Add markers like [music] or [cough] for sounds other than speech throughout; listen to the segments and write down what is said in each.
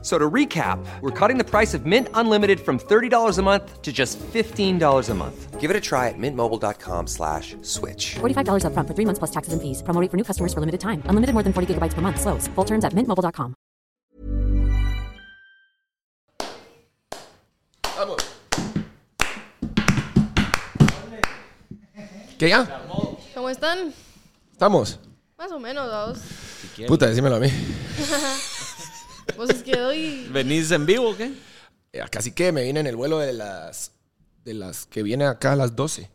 So to recap, we're cutting the price of Mint Unlimited from $30 a month to just $15 a month. Give it a try at mintmobile.com slash switch. $45 upfront for three months plus taxes and fees. Promo rate for new customers for limited time. Unlimited more than 40 gigabytes per month. Slows. Full terms at mintmobile.com. ¿Qué ya? ¿Cómo están? ¿Estamos? Más o menos, dos. Puta, decímelo a mí. Pues es que hoy. ¿Venís en vivo o qué? Eh, Casi que me vine en el vuelo de las, de las que viene acá a las 12.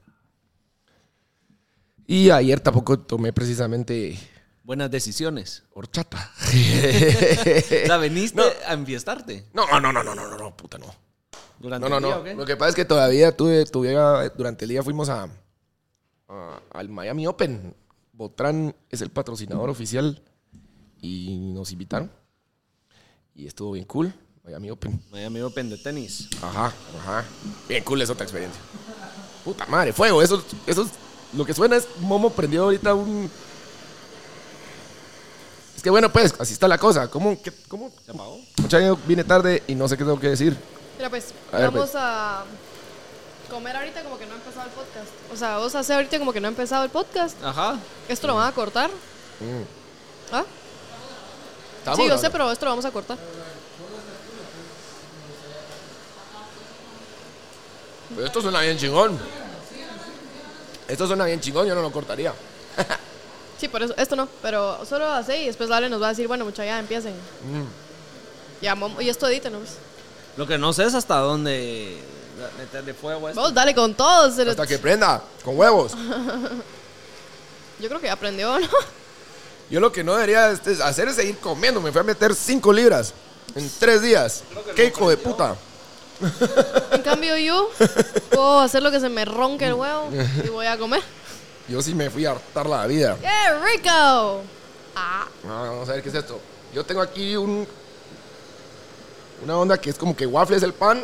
Y ayer tampoco tomé precisamente Buenas decisiones. horchata. [laughs] O sea, veniste a enfiestarte No, no, no, no, no, no, no, puta, no. durante No, no, el día, no. ¿o qué? Lo que pasa es que todavía tuve, tuve- durante el día fuimos a, a- al Miami Open. Botran es el patrocinador oficial y nos invitaron. Y estuvo bien cool, Miami Open. Miami Open de tenis. Ajá, ajá. Bien cool es otra experiencia. Puta madre, fuego. Eso, eso es- lo que suena es Momo prendió ahorita un. Es que bueno, pues, así está la cosa. ¿Cómo? Qué, ¿Cómo? ¿Se apagó? Mucha yo vine tarde y no sé qué tengo que decir. Mira, pues A ver, vamos pues. a comer ahorita como que no ha empezado el podcast. O sea, vos haces ahorita como que no ha empezado el podcast. Ajá. Esto lo van Mm. a cortar. ¿Ah? ¿Estamos? Sí, yo sé, pero esto lo vamos a cortar. Pero esto suena bien chingón. Esto suena bien chingón, yo no lo cortaría. Sí, por eso, esto no, pero solo así y después Ale nos va a decir, bueno, muchachos, ya empiecen. Mm. Ya, Momo- y esto editen, ¿no? Lo que no sé es hasta dónde da- meterle fuego a esto. Vos dale con todos. se los- Hasta que prenda, con huevos. Yo creo que ya aprendió, ¿no? [laughs] Yo lo que no debería es- es hacer es seguir comiendo. Me fui a meter 5 libras en 3 días. ¡Qué hijo de puta! En cambio, [laughs] yo puedo hacer lo que se me ronque el huevo Mm. y voy a comer. Yo sí me fui a hartar la vida. ¡Qué rico! Ah, No, vamos a ver qué es esto. Yo tengo aquí un. Una onda que es como que waffle es el pan,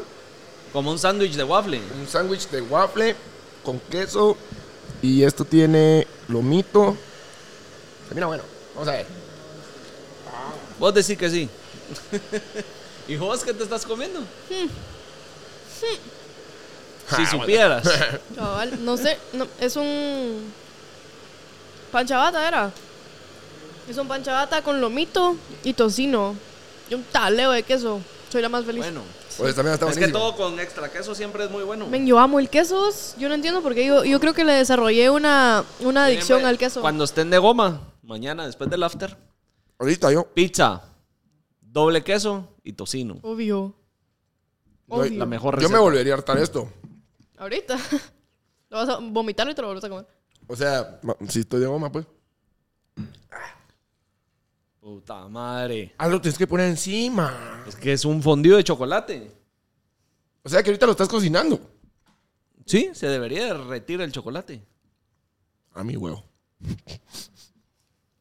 Como un sándwich de waffle. un sándwich de waffle con queso. Y esto tiene lomito. Se mira bueno. Vamos a ver. Vos decís que sí. ¿Y vos qué te estás comiendo? Hmm. si supieras. chaval, no sé, no, es un. Panchabata era. Es un panchabata con lomito y tocino. Y un taleo de queso. Soy la más feliz. bueno. Pues también está Es que buenísimo. todo con extra queso siempre es muy bueno. Men, yo amo el queso. vos. Yo no entiendo por qué. Yo, yo creo que le desarrollé una, una adicción Siempre, al queso. Cuando estén de goma, mañana después del after, Ahorita yo. pizza, doble queso y tocino. Obvio. Yo- Obvio. La mejor Yo receta. me volvería a hartar esto. Ahorita. [laughs] Lo vas a vomitar y te lo volvés a comer. O sea, ma- si estoy de goma, pues. Puta madre. Algo tienes que poner encima. Es que es un fondido de chocolate. O sea que ahorita lo estás cocinando. Sí, se debería de retirar el chocolate. A mi huevo.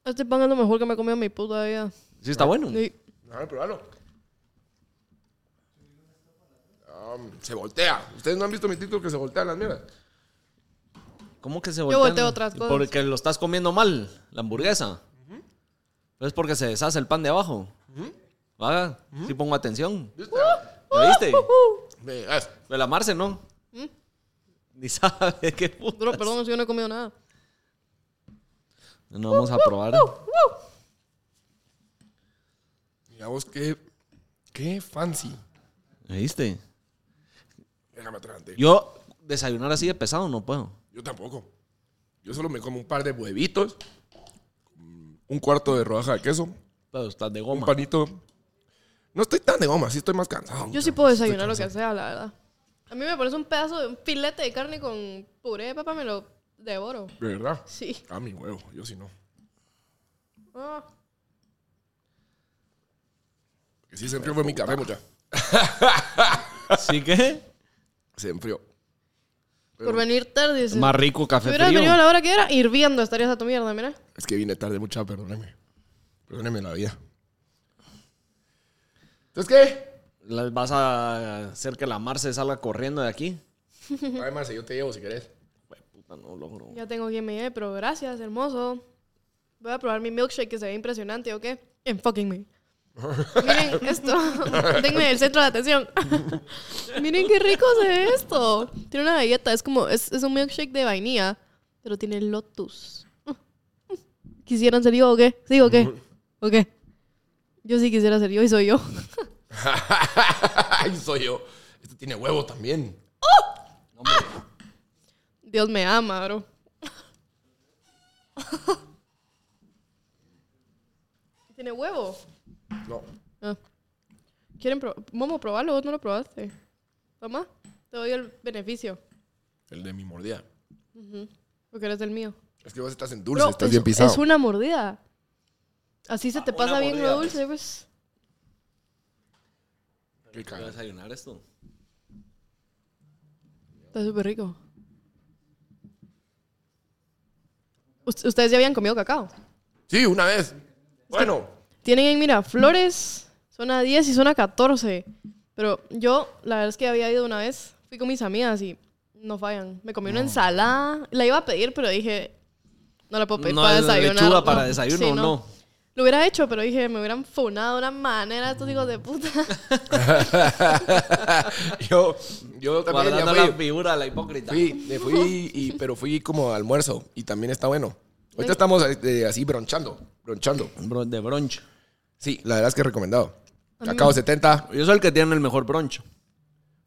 Este pan es lo mejor que me he comido en mi puta vida. Sí, está bueno. Sí. A ver, probalo. Um, se voltea. Ustedes no han visto mi TikTok que se voltean las mierdas. ¿Cómo que se voltea? volteo otras cosas. Porque lo estás comiendo mal, la hamburguesa. Es porque se deshace el pan de abajo. Vaga, sí pongo atención. ¿Viste? ¿Lo viste? Ve, ah, ves. De la Marce, ¿no? Ni sabe qué putas. Pero, perdón, yo no he comido nada. No vamos a probar. Mira vos qué. Qué fancy. ¿Viste? Déjame atrante. Yo, Yo desayunar así de pesado no puedo. yo tampoco. Yo solo me como un par de huevitos, un cuarto de rodaja de queso, Pero estás de un goma. panito. No estoy tan de goma, sí estoy más cansado. Yo sí puedo desayunar lo que sea, la verdad. A mí me pones un pedazo de un filete de carne con puré de papa, me lo devoro. ¿De verdad? Sí. A mi huevo, yo sí no. Ah, Porque sí se enfrió fue mi café, mucha. ¿Sí que? Se enfrió. por venir tarde. dice. Más rico Si café hubieras venido a frío. la hora que era, hirviendo estarías a tu mierda, mira. Es que vine tarde, mucha, perdóneme. Perdóneme la vida. ¿Entonces qué? Las vas a hacer que la Mar se salga corriendo de aquí. Además, yo te llevo si querés. [laughs] Güey, Puta, no logro. Ya tengo quien me lleve, pero gracias, hermoso. Voy a probar mi milkshake que se ve impresionante, ¿o qué? Enfóquenme. [laughs] Miren esto. [laughs] Denme el centro de atención. [laughs] Miren qué rico se ve esto. Tiene una galleta, es como, es, es un milkshake de vainilla, pero tiene lotus. [laughs] ¿Quisieran ser yo o qué? ¿Sí o qué? ¿O qué? Yo sí quisiera ser yo y soy yo. [laughs] Ay, soy yo. Este tiene huevo también. Dios me ama, bro. [laughs] ¿Tiene huevo? No. Ah. ¿Quieren pro- Momo, probarlo? Vos no lo probaste. Toma, te doy el beneficio. El de mi mordida. Porque eres el mío. Es que vos estás en dulce, Bro, estás es, bien pisado. es una mordida. Así se te Ah, una pasa bien lo mordida, dulce, pues. Qué ¿Voy a cagada. desayunar esto? Está súper rico. Ust- Ustedes ya habían comido cacao. Sí, una vez. [laughs] Bueno, Tienen en Miraflores, zona 10 y zona 14. Pero yo, la verdad es que había ido una vez, fui con mis amigas y no fallan. Me comí una ensalada, la iba a pedir, pero dije, no la puedo pedir No para es desayunar. lechuga para desayuno, Sí, no. Lo hubiera hecho, pero dije, me hubieran funado de una manera estos hijos de [laughs] puta. yo, yo también ya Guardando fui. la figura, la hipócrita. Fui, me fui, y- pero fui como a almuerzo y también está bueno. Ahorita estamos eh, así bronchando, bronchando. Bro- de brunch. Sí, la verdad es que recomendado. Cacao 70. Yo soy el que tiene el mejor brunch.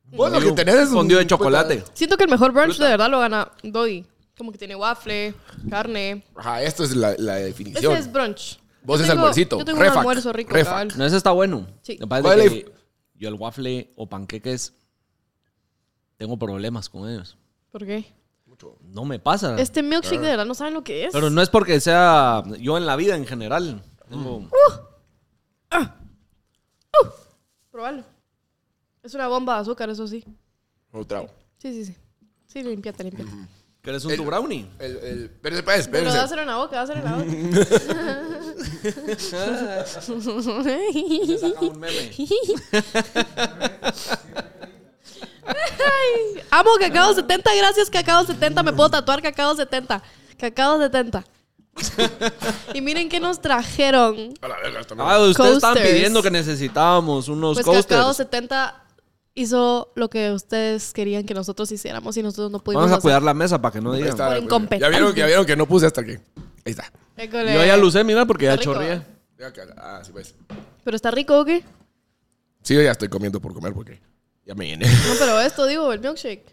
Vos lo que Yo- tenés es un Fondue de chocolate. puta- Siento que el mejor brunch de verdad lo gana Doggy. Como que tiene waffle, carne. Ajá, esto es la, la definición. Ese es brunch. Vos Yo es tengo- almuercito, Yo tengo refac, un almuerzo rico, refac. cabal. No, ese está bueno. Sí. Lo que pasa es ¿Cuál de es? que yo el waffle o panqueques tengo problemas con ellos. ¿Por qué? No me Ah. pasa. Este milkshake Ah. de verdad no saben lo que es. Pero no es porque sea yo en la vida en general. Tengo- Mm. Probalo. Es una bomba de azúcar, eso sí. Un trago. Sí, sí, sí. Sí, limpiate, limpiate. Mm. ¿Quieres un tu brownie? El, el, espérense, pues, Pero espérense. dáselo en la boca, dáselo en la Te boca. saca un meme. Ay, amo Cacao 70, gracias Cacao 70. Me puedo tatuar Cacao 70. Cacao 70. y miren qué nos trajeron. A la verga, está mal. Ah, ustedes estaban Coasters. pidiendo que necesitábamos unos Pues Cacao coasters. 70 hizo lo que ustedes querían que nosotros hiciéramos y nosotros no pudimos Vamos a hacer. cuidar la mesa para que no Ahí digan. está, por pues, incompetente. ya vieron, que- ya vieron que no puse hasta aquí. Ahí está. École. Yo ya lucé, mira, porque ya Está rico, eh. chorría. Vea que- Ah, sí, pues. Pero está rico, ¿o qué? Sí, yo ya estoy comiendo por comer porque ya me llené. [laughs] No, pero esto digo, el milkshake.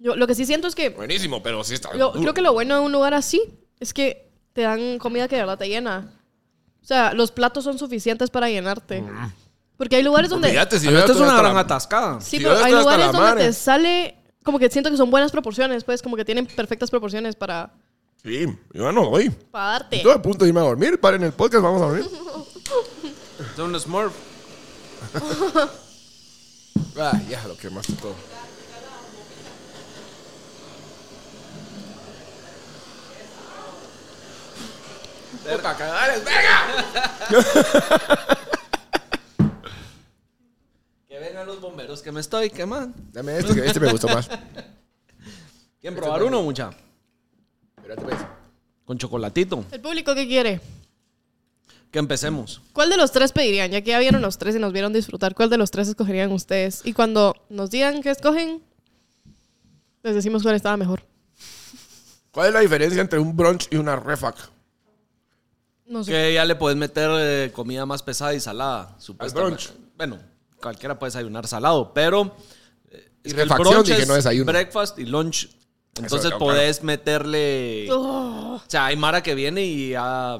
Yo lo que sí siento es que Buenísimo, pero sí está. yo Mm-hmm. duro. creo que lo bueno de un lugar así es que te dan comida que de verdad te llena. O sea, los platos son suficientes para llenarte. Porque hay lugares donde Fíjate, si yo Mm. Pero ya esto es estoy una hasta gran la- atascada. Sí, Si pero yo hay estoy hasta lugares la donde madre. te sale como que siento que son buenas proporciones, pues como que tienen perfectas proporciones para, Sí, yo no doy. para darte. Estoy a punto de irme a dormir. Paren el podcast, vamos a dormir. Es un Smurf. Ah, ya lo quemaste todo. ¡Puta cagales, venga! [laughs] Que vengan los bomberos que me estoy quemando. Dame esto, que este me gustó más. ¿Quieren Este probar uno, mucha? Espérate, pues. Con chocolatito. El público qué quiere? Que empecemos. ¿Cuál de los tres pedirían? Ya que ya vieron los tres y nos vieron disfrutar, ¿cuál de los tres escogerían ustedes? Y cuando nos digan qué escogen, les decimos cuál estaba mejor. ¿Cuál es la diferencia entre un brunch y una refac? No sé. Que ya le puedes meter eh, comida más pesada y salada, supuestamente. brunch. Bueno, cualquiera puede desayunar salado, pero. eh, Y es que el refacción, brunch dije, es no desayuno. Breakfast y lunch. Entonces claro, podés meterle. Oh, O sea, hay Mara que viene y ya.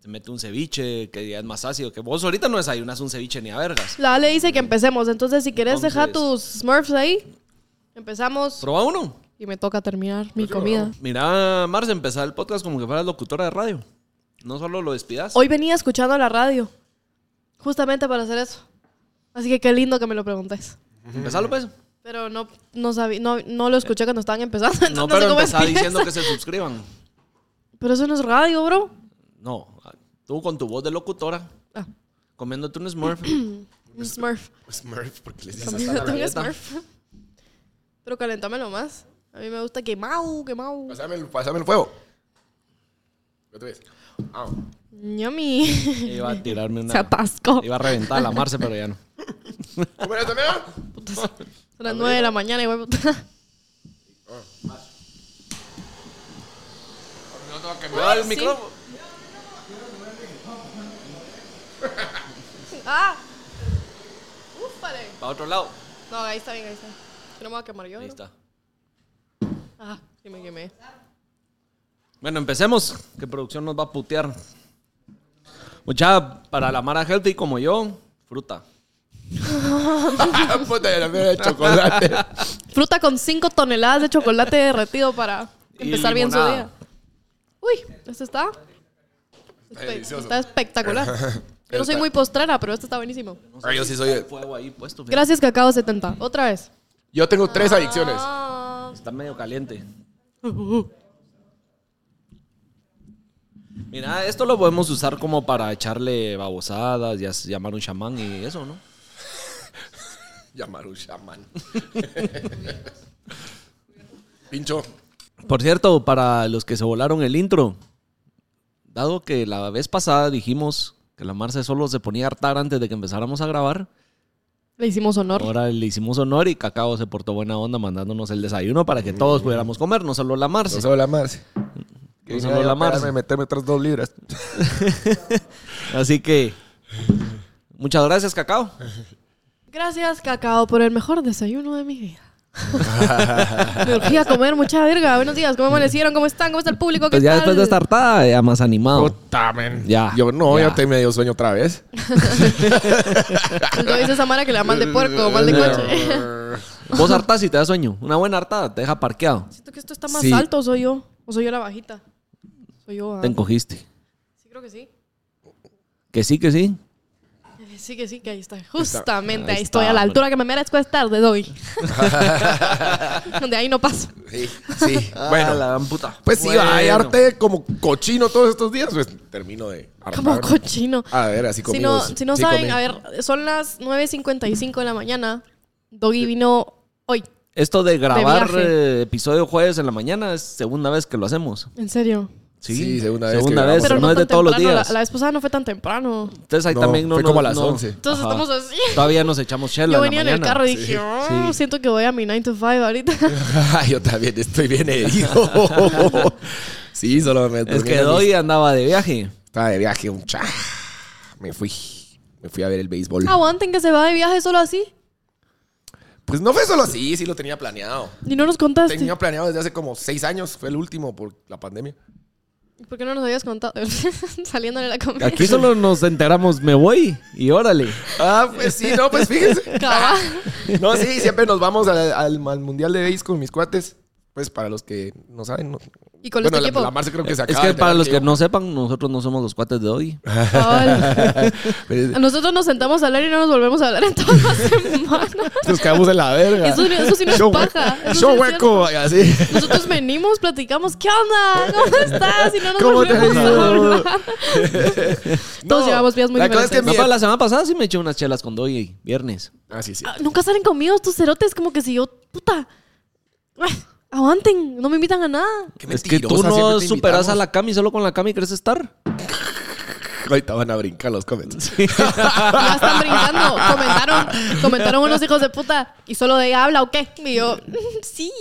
Te mete un ceviche que ya es más ácido. Que vos ahorita no desayunas un ceviche ni a vergas. La Ale dice que empecemos. Entonces, si querés, deja tus Entonces- Smurfs ahí. Empezamos. Proba uno. Y me toca terminar mi comida. Mira, Mars, empezar el podcast como que fueras locutora de radio. No solo lo despidas. Hoy venía escuchando la radio. Justamente para hacer eso. Así que qué lindo que me lo preguntes. Empezalo, pues. Pero no, no, sabí- no, no lo escuché cuando estaban empezando. [laughs] entonces No, No, pero sé cómo empezá empieza. diciendo que se suscriban. Pero eso no es radio, bro. No, tú con tu voz de locutora, Ah, comiéndote un Smurf. [coughs] un Smurf. Smurf, Pues, porque les dices Comiéndote un galleta. Smurf. Pero calentámelo más. A mí me gusta quemado, quemado. Pásame el, pásame el fuego. Otra vez. Ah, [laughs] Yummy. Iba a tirarme una. Se atascó. Iba a reventar a la Marce, pero ya no. ¿Cómo era esta mierda? Son las nueve de la mañana, igual. Cuidado el micrófono. [laughs] ¡Ah! ¡Ufale! Para otro lado. No, ahí está bien, ahí está. Que no me voy a quemar yo. Ahí ¿no? está. Ah, sí me quemé. Bueno, empecemos. Que producción nos va a putear. Mucha, para la Mara Healthy como yo, fruta. Ah, puta, ya la mierda de [laughs] chocolate. Fruta con 5 toneladas de chocolate derretido para Y empezar bien su día. limonada. Uy, este está. espe- delicioso. Está [laughs] espectacular. Yo no soy muy postrera, pero este está buenísimo. Ah, yo sí soy el- Fuego ahí puesto. fíjate. Gracias, Cacao70. Otra vez. Yo tengo tres adicciones. Está medio caliente. Mira, esto lo podemos usar como para echarle babosadas, y as- llamar un chamán y eso, ¿no? Llamar un chamán. [laughs] Pincho. Por cierto, para los que se volaron el intro, dado que la vez pasada dijimos que la Marce solo se ponía a hartar antes de que empezáramos a grabar, Le hicimos honor. ahora le hicimos honor y Cacao se portó buena onda mandándonos el desayuno para que todos pudiéramos comer, no solo la Marce. No solo la Marce. No solo la Marce. Marce. meterme otras dos libras. [laughs] Así que, muchas gracias, Cacao. Gracias, Cacao, por el mejor desayuno de mi vida. [laughs] me urgía comer mucha verga. Buenos días, ¿cómo amanecieron? ¿Cómo están? ¿Cómo está el público? ¿Qué Pues ya tal? después de esta hartada, ya más animado. Puta, men. Ya, Yo no, ya, ya. te me dio sueño otra [laughs] vez. Lo dice Samara que le da mal de puerco, mal de coche. Vos hartás y te da sueño. Una buena hartada te deja parqueado. Siento que esto está más Sí. alto, ¿o soy yo. O soy yo la bajita. Soy yo. ah. Te encogiste. Sí, creo que sí. Que sí, que sí. Eh, Sí, que sí, que ahí está. Justamente Ahí ahí estoy, está, a la hombre. altura que me merezco estar de [laughs] hoy. de ahí no paso. sí, sí. Ah, Bueno, la gran puta. pues sí, Bueno. hay arte como cochino todos estos días. Pues termino de hartar. Como cochino. Ah, A ver, así Si conmigo. no, si no sí saben, conmigo. a ver, son las 9.55 de la mañana. Doggy vino hoy. Esto de grabar viaje. eh, episodio jueves en la mañana es segunda vez que lo hacemos. En serio. Sí, Sí, segunda vez Segunda que grabamos. vez, pero Pues no, es tan de todos los temprano, días. La, la esposada no fue tan temprano. Entonces ahí No, también no fue nos- como a las no- 11. Entonces Ajá. estamos así. Todavía nos echamos chela. [laughs] Yo en la venía en el mañana. carro y dije, "Oh, Sí. siento que voy a mi 9 to 5 [laughs] ahorita. [laughs] [laughs] Yo también estoy bien herido. sí, solo me Es que dormí en mis- Doy andaba de viaje. Estaba de viaje, un cha. Me fui. Me fui a ver el béisbol. Aguanten que se va de viaje solo así. Pues no fue solo así, sí lo tenía planeado. Y no nos contaste. Tenía planeado desde hace como seis años. Fue el último por la pandemia. ¿Por qué no nos habías contado? [laughs] Saliendo de la comida. Aquí solo nos enteramos, me voy y órale. Ah, pues [laughs] sí, no, pues fíjense. [laughs] Cabal. No, sí, siempre nos vamos al, al- al Mundial de Béis con mis cuates. Pues para los que no saben. no- ¿Y con bueno, este la, equipo? la Marce creo que se Es acaba. que de para enterar los que no sepan, nosotros no somos los cuates de [laughs] Doy. Cabal. [laughs] Pero- Nosotros nos sentamos a hablar y no nos volvemos a hablar en toda la [laughs] [laughs] semana. [laughs] Nos quedamos en la verga. Eso, eso sí no es Show paja. Eso sí Show es hueco, y así. cierto. Nosotros venimos, platicamos, ¿qué onda? ¿Cómo estás? Y no nos ¿Cómo te ha volvemos a ido? [laughs] hablar. Todos llevamos vidas muy la cosa es que diferentes. mi- Papá, la semana pasada sí me eché unas chelas con Doy viernes. Ah, sí, sí. Ah, Nunca salen conmigo estos cerotes, como que si yo, puta. Ay, Aguanten, no me invitan a nada. Es que tú no superas a la Cami, solo con la Cami crees estar. [laughs] Ahorita van a brincar los comments. Ya están brincando. Comentaron, comentaron unos hijos de puta. Y solo de ella habla o qué. Y yo, "Mm, sí.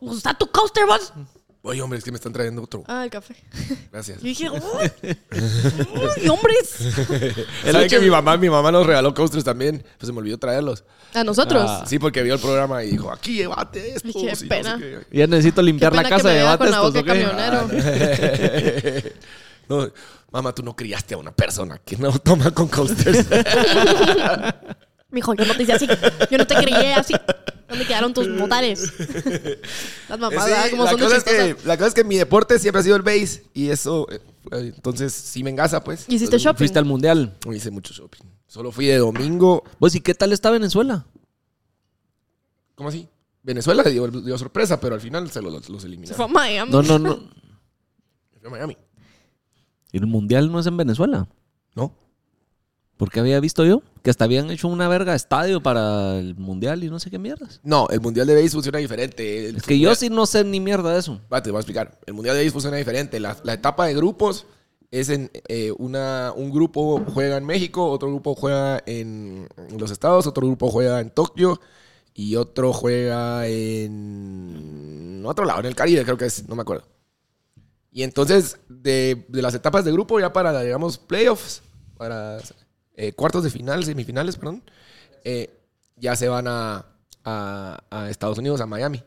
Usa tu coaster, vos. Oye, hombre, es que me están trayendo otro. Ah, el café. [laughs] Gracias. Yo dije, uy, uy, hombres. ¿Saben que mi mamá, mi mamá nos regaló coasters también? Pues se me olvidó traerlos. Ah, A nosotros. Sí, porque vio el programa y dijo, aquí llévate esto. Ay, qué sí, no sé pena. qué. Ya necesito Qué limpiar pena la pues, que me casa de vea con bates. la boca de camionero. No, Mamá, tú no criaste a una persona que no [laughs] toma con [laughs] coasters. Mijo, yo no te hice así. Yo no te crié así. No me quedaron [laughs] tus motares. Las mamás, Sí, ¿verdad? Como la, son de cosa es que, chistosas. la cosa es que mi deporte siempre ha sido el base y eso, eh, entonces sí me engasa, pues. ¿Hiciste shopping? Fuiste al mundial. No hice mucho shopping. Solo fui de domingo. Vos, ¿y qué tal está Venezuela? ¿Cómo así? Venezuela dio, dio sorpresa, pero al final se lo- los, los Se fue a eliminaron. Miami. No, no, no. Fue a Miami. El mundial no es en Venezuela. ¿No? Porque había visto yo que hasta habían hecho una verga estadio para el mundial y no sé qué mierdas. No, el mundial de base funciona diferente. El- Es que yo sí no sé ni mierda de eso. Va, te voy a explicar. El mundial de base funciona diferente. La, la etapa de grupos es en eh, una, un grupo juega en México, otro grupo juega en los Estados, otro grupo juega en Tokio y otro juega en otro lado, en el Caribe, creo que es, no me acuerdo. Y entonces, de, de las etapas de grupo, ya para, digamos, playoffs, para eh, cuartos de final, semifinales, perdón, eh, ya se van a, a- a Estados Unidos, a Miami.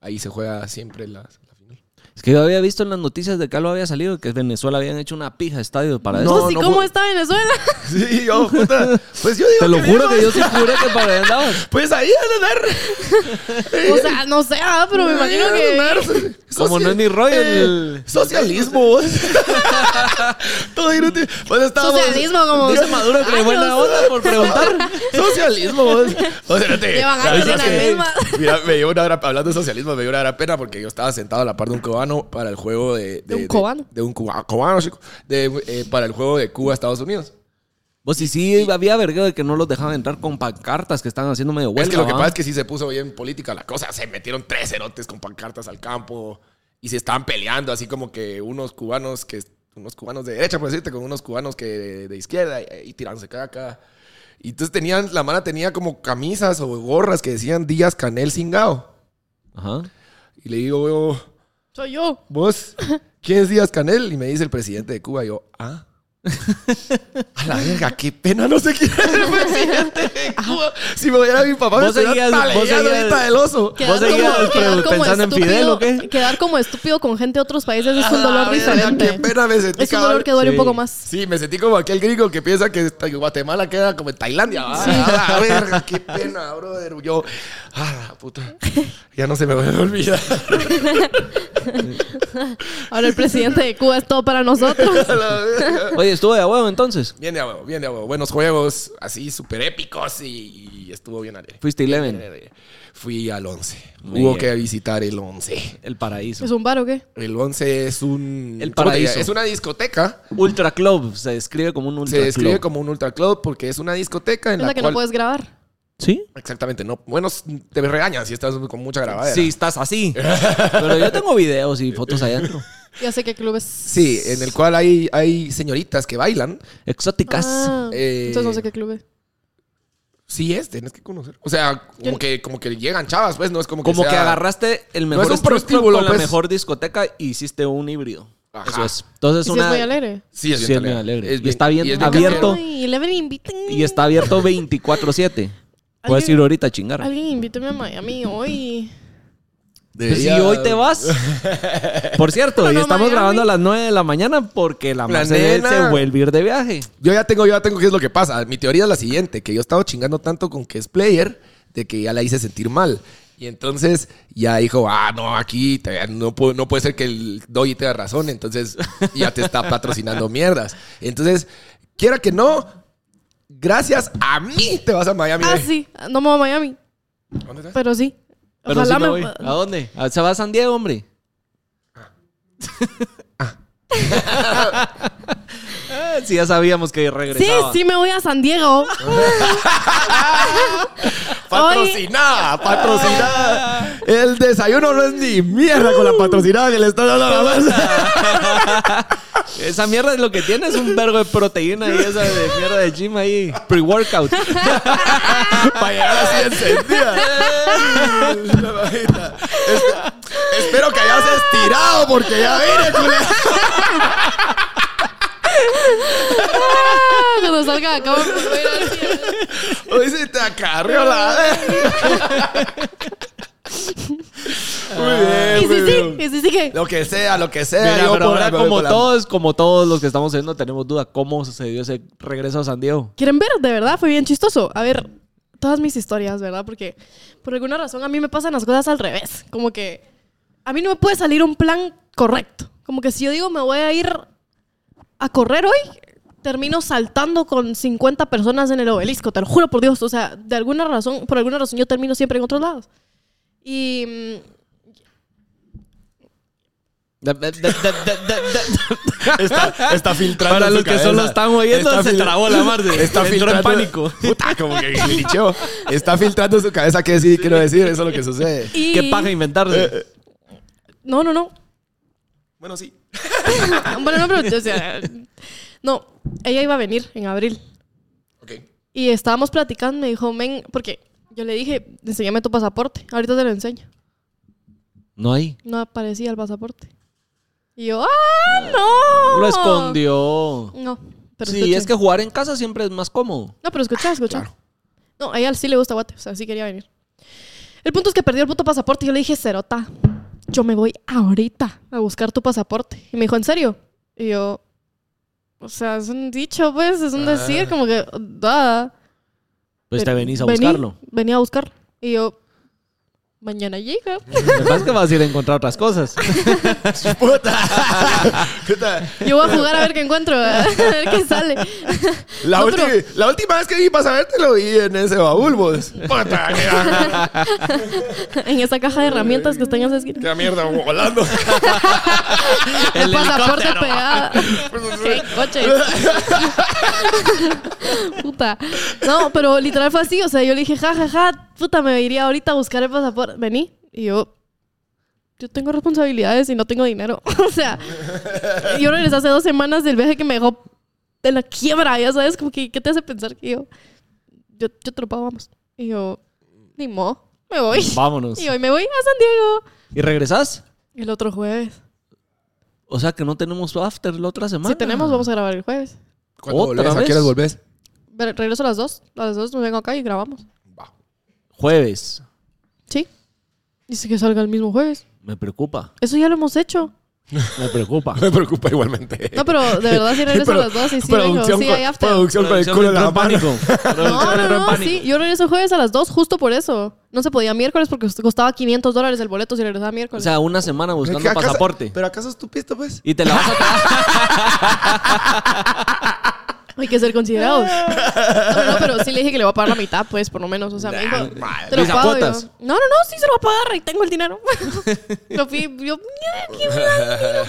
Ahí se juega siempre la, la final. [laughs] Es que yo había visto en las noticias de que algo había salido que Venezuela habían hecho una pija estadio para No, eso. ¿Y no cómo fue- está Venezuela? Sí, yo, puta. Pues yo digo Te lo que juro bien, que yo sí juré que para allá andabas. Pues ahí van a dar. O sea, no sé, ah, pero me imagino que. [laughs] Como no es mi rollo, el- eh, Socialismo, [laughs] [laughs] vos. Todo inútil. Pues estábamos. Socialismo, como. Dice Maduro que Ah, años. buena onda por preguntar. [laughs] [laughs] Socialismo, vos. O sea, no te- Llevan la años verdad en es la que- misma. Mira, me dio una hora hablando de socialismo, me dio una hora pena porque yo estaba sentado a la par de un cubano para el juego de. ¿De un cubano? De, un cuba- cubano, chico. De, eh, para el juego de Cuba, Estados Unidos. Vos, [laughs] y sí había verga de que no los dejaban entrar con pancartas que estaban haciendo medio huelga. es que lo que ¿va? pasa es que sí se puso bien política la cosa. Se metieron tres cerotes con pancartas al campo y se estaban peleando, así como que unos cubanos que unos cubanos de derecha, por decirte, con unos cubanos que de, de izquierda y, y tirándose caca. Y entonces tenían, la mano tenía como camisas o gorras que decían Díaz Canel Cingao. Ajá. Y le digo, "Huevo, Soy yo. vos, ¿quién es Díaz Canel? Y me dice el presidente de Cuba. Y yo, ah. A la verga, qué pena, no sé quién es [laughs] el presidente de Cuba. Si me diera mi papá, me Ah. Vos estuviera seguías- vos taleando seguías- ahorita del oso. Quedar seguías como- quedar como pensando en estúpido- Fidel, ¿o qué? Quedar como estúpido con gente de otros países es un dolor A la verga, Ah, Qué diferente. pena me sentí. Es un cabrón. dolor que duele un Sí. poco más. Sí, me sentí como aquel gringo que piensa que esta- que Guatemala queda como en Tailandia. ¿va? A la verga, qué pena, brother. Yo, ah, la puta. Ya no se me va a olvidar. [laughs] Ahora el presidente de Cuba es todo para nosotros. A [laughs] la verga. Oye, estuvo de a huevo entonces. Bien de a huevo, bien de a huevo. Buenos juegos, así súper épicos y, y estuvo bien alegre. Fuiste 11, Eh, Fui al 11. Muy Hubo bien. que visitar el 11. el paraíso. ¿Es un bar o qué? El 11 es un. El ¿cómo te diría? paraíso. Es una discoteca. Ultra Club, se describe como un ultra Se describe club. como un ultra club porque es una discoteca en Es la, la que cual. no puedes grabar. ¿Sí? Exactamente, no. Bueno, s- te regañan si estás con mucha grabadera. Sí, estás así. Pero yo tengo videos y fotos allá adentro. Ya sé qué club es. Sí, en el cual hay, hay señoritas que bailan. Exóticas. Ah, Eh, entonces no sé qué club es. Sí es, tienes que conocer. O sea, como, Yo- que, como que llegan chavas, pues no es como que Como que sea- agarraste el mejor es un strip club prostíbulo, con pues. la mejor discoteca y hiciste un híbrido. Ajá. Eso es. Entonces ¿Y si una es muy alegre? Sí, es bien Sí, es bien talera. alegre. Es Y está bien abierto. cambiado. Ay, Eleven, inviten. y está abierto 24/7. Puedes ¿Alguien- ir ahorita a chingar. Alguien invítame a Miami hoy. Pues si Debería- hoy te vas. Por cierto, [laughs] y No, estamos Miami. grabando a las 9 de la mañana porque la La Marce nena. se vuelve a ir de viaje. Yo ya tengo, yo ya tengo qué es lo que pasa. Mi teoría es la siguiente, que yo he estado chingando tanto con que es player, de que ya la hice sentir mal. Y entonces ya dijo, ah, no, aquí te- no, pu- no puede ser que el doy te da razón, entonces ya te está patrocinando mierdas. Entonces, quiera que no, gracias a mí te vas a Miami. Ah, güey. sí. No me voy a Miami, ¿Dónde estás? pero sí. Pero Ojalá sí me me. voy. Ah, ¿A dónde? ¿A- ¿Se va a San Diego, hombre? [laughs] Ah, sí, ya sabíamos que Sí, regresaba. sí me voy a San Diego. Patrocinada, patrocinada. El desayuno no es ni mierda con Uh. la patrocinada que le está dando a la masa. [laughs] Esa mierda es lo que tiene, es un vergo de proteína y esa de mierda de gym ahí. [laughs] Pre-workout. Para llegar así encendida. La bajita. Es- espero que hayas estirado porque ya vine, culero. Ah, Cuando salga de acá, me voy a ir al cielo. Hoy se te eh, acarreó la verga. Muy bien. Y si sí, sí, y sí, sigue. Lo que sea, lo que sea. Mira, yo pero por ahora la- como por la- todos, como todos los que estamos viendo, tenemos duda cómo se dio ese regreso a San Diego. ¿Quieren ver? De verdad, fue bien chistoso. A ver, todas mis historias, ¿verdad? Porque por alguna razón a mí me pasan las cosas al revés. Como que a mí no me puede salir un plan correcto. Como que si yo digo me voy a ir a correr hoy, termino saltando con 50 personas en el obelisco, te lo juro por Dios. O sea, de alguna razón, por alguna razón yo termino siempre en otros lados. Y mm, está, Está filtrando. Para en su los que cabeza. solo están oyendo, se fil- trabó la Marce. [laughs] Está Entró en filtrando- pánico. [laughs] Puta, como [laughs] que glitchó. Está filtrando en su cabeza qué decir y qué no decir. Eso es lo que sucede. [laughs] y- Qué paja inventarse. Eh, No, no, no. Bueno, sí. [laughs] Bueno, no, pero o sea, no, ella iba a venir en abril. Ok. Y estábamos platicando, me dijo, men, porque yo le dije, enséñame tu pasaporte, ahorita te lo enseño. No hay. No aparecía el pasaporte. Y yo, ¡ah, no! Lo escondió. No, pero sí, escucha. es que jugar en casa siempre es más cómodo. No, pero escucha, escucha. No, a ella sí le gusta Guate, o sea, sí quería venir. El punto es que perdió el puto pasaporte y yo le dije, Cerota, yo me voy ahorita a buscar tu pasaporte. Y me dijo, ¿en serio? Y yo, o sea, es un dicho, pues, es un decir, como que, da. Ah. Pues te Pero venís a vení, buscarlo. Vení a buscar. Y yo, mañana llega. Lo que pasa es que vas a ir a encontrar [laughs] otras cosas. Puta. [laughs] Puta. Yo voy a jugar a ver qué encuentro, a ver qué sale. [laughs] La, No, última, pero- la última vez que vi para sabértelo vi en ese baúl, vos. Puta, qué, en esa caja de herramientas que están en esa esquina. qué mierda volando. El pasaporte pegado. Qué coche. [laughs] puta. No, pero literal fue así. O sea, yo le dije, ja, ja, ja, puta, me iría ahorita a buscar el pasaporte. Vení. Y yo, yo tengo responsabilidades y no tengo dinero. [laughs] o sea, yo regresé hace dos semanas del viaje que me dejó de la quiebra. Ya sabes, como que, ¿qué te hace pensar? que yo, yo, yo te lo pago, vamos. Y yo, ni mo, me voy. Vámonos. Y hoy me voy a San Diego. ¿Y regresás? El otro jueves. O sea que no tenemos after la otra semana. Si tenemos, vamos a grabar el jueves. ¿Cuándo Otra volvés? ¿A vez. qué hora volvés? [laughs] Ve- Regreso a las dos. A las dos nos vengo acá y grabamos. Jueves. Sí. Dice que salga el mismo jueves. Me preocupa. Eso ya lo hemos hecho. Me preocupa. Me preocupa igualmente. No, pero de verdad sí regreso Pero- a las dos y sí vengo. producción Sí, con- hay after. Producción con el culo en la Producción mano. entró en pánico. [laughs] No, [laughs] Producción entró en no, no, pánico. sí. Yo regreso jueves a las dos justo por eso. No se podía miércoles porque costaba 500 dólares el boleto si regresaba O miércoles. sea, una semana buscando ¿Acaso- pasaporte. ¿Pero acaso es tu pista, pues? Y te la [laughs] vas a hay que ser considerados. no, no, pero sí le dije que le voy a pagar la mitad, pues, por lo menos. O sea, me dijo, te lo Mis pago. yo. apuotas. No, no, no, sí se lo voy a pagar y tengo el dinero. [laughs] yo fui, yo, "Mira, ¿qué me da dinero?"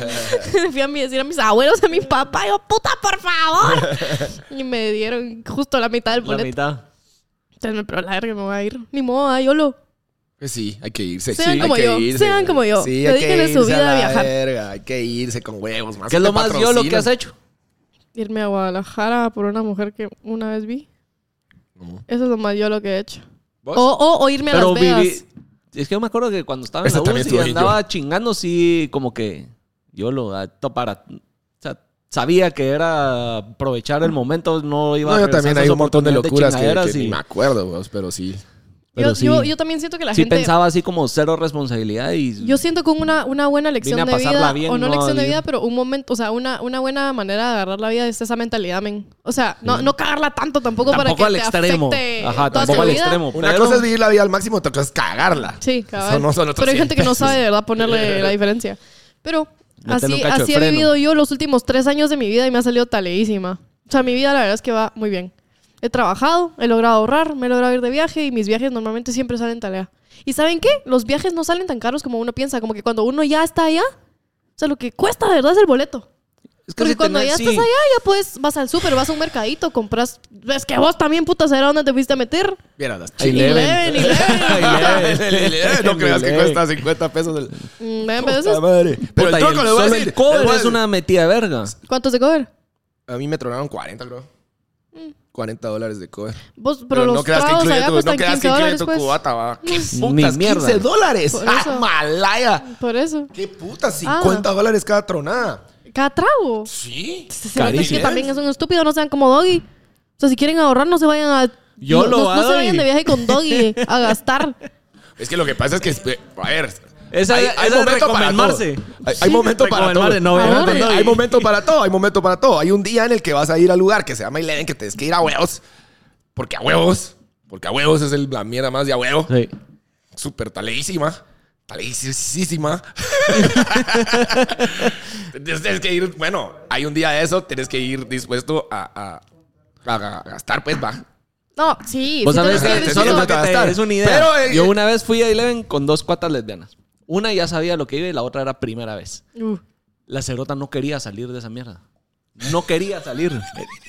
[laughs] fui a mi- decir a mis abuelos, a mi papá, yo, puta, por favor. y me dieron justo la mitad del la boleto. mitad. Entonces, pero la verga me voy a ir. Ni modo, ah, ay, yolo. Pues sí, hay que irse. Sean Sí, como hay que yo, irse. sean como yo. Sí, hay que Dedíquenle su irse a vida a la viajar. verga. Hay que irse con huevos. Más ¿Qué es lo te más yo lo que patrocinan. has hecho? Irme a Guadalajara por una mujer que una vez vi. Eso es lo más yo lo que he hecho. O, ¿Vos? o, o irme a Las Vegas. viví- Es que yo me acuerdo que cuando estaba en Esa la también UCI estuve yo. andaba chingando, sí, como que yo lo a- to- para. O sea, sabía que era aprovechar el momento, no iba No, a yo regresar también esas hay un montón de oportunidades locuras que, chingaderas que y- ni me acuerdo, vos, pero sí. pero yo, sí. yo, yo también siento que la sí gente... pensaba así como cero responsabilidad y. Yo siento que una, una buena lección Vine a de vida, pasarla bien, o no, no lección a de vivir. vida, pero un momento, o sea, una, una buena manera de agarrar la vida es esa mentalidad, men. O sea, no, no cagarla tanto tampoco, para tampoco que al te extremo. afecte Ajá, toda tampoco tu al vida. extremo. Una pero- cosa es vivir la vida al máximo, otra cosa es cagarla. Sí, cabal. Eso no son otros pero hay 100 gente que no pesos. sabe de verdad ponerle la diferencia. Pero así, Métele un cacho de así he freno. vivido yo los últimos tres años de mi vida y me ha salido taleísima. O sea, mi vida la verdad es que va muy bien. He trabajado, he logrado ahorrar, me he logrado ir de viaje y mis viajes normalmente siempre salen talea. ¿Y saben qué? Los viajes no salen tan caros como uno piensa. Como que cuando uno ya está allá, o sea, lo que cuesta de verdad es el boleto. Es que Porque si cuando tenés- ya sí. estás allá, ya pues vas al súper, vas a un mercadito, compras... Es que vos también, puta, será donde te fuiste a meter. Mira, las Ay, chile. Eleven, [laughs] no creas que cuesta 50 pesos. El... Mm, vean, pero eso es- Puta madre. Pero Puta, el y truco le voy a solo decir. el cover le voy a- es una metida de verga. ¿Cuántos de cover? A mí me tronaron 40, creo. 40 dólares de cover. Vos, Mm. pero, Pero, los no creas que tragos incluye allá tu, no cuestan creas 15 que incluye dólares, tu pues. cubata, [laughs] va. ¿Qué Ni putas? mierda. 15 dólares. Por eso. Ah. ¡Ah, malaya! Por eso. ¿Qué putas? 50 dólares cada tronada. Cada trago. Sí. Se nota que Carísimo. también es un estúpido, no sean como Doggy. O sea, si quieren ahorrar, no se vayan a... Yo no, lo no, no se hago vayan y- [laughs] de viaje con Doggy a gastar. Es que lo que pasa es que, a ver, Esa, Hay- esa hay es momento para recomendarse. todo. Hay, hay momento para todo. Recomendarse, no, Ajá. obviamente, no, y- Hay momento para [laughs] todo, hay momento para todo. Hay un día en el que vas a ir al lugar que se llama Eleven, que tienes que ir a huevos. Porque a huevos. Porque a huevos es el- la mierda más de a huevo. Sí. Súper talísima. [laughs] Talísima. Entonces tienes que ir, bueno, hay un día de eso, tienes que ir dispuesto a, a- a- a gastar, pues va. No, sí. Vos sí sabés tenés que te solo entiendo lo que que te- gastar. es una idea. Pero, eh, Yo una vez fui a Eleven con dos cuatas lesbianas. Una ya sabía lo que iba y la otra era primera vez. Uh, La cerota no quería salir de esa mierda. No quería salir.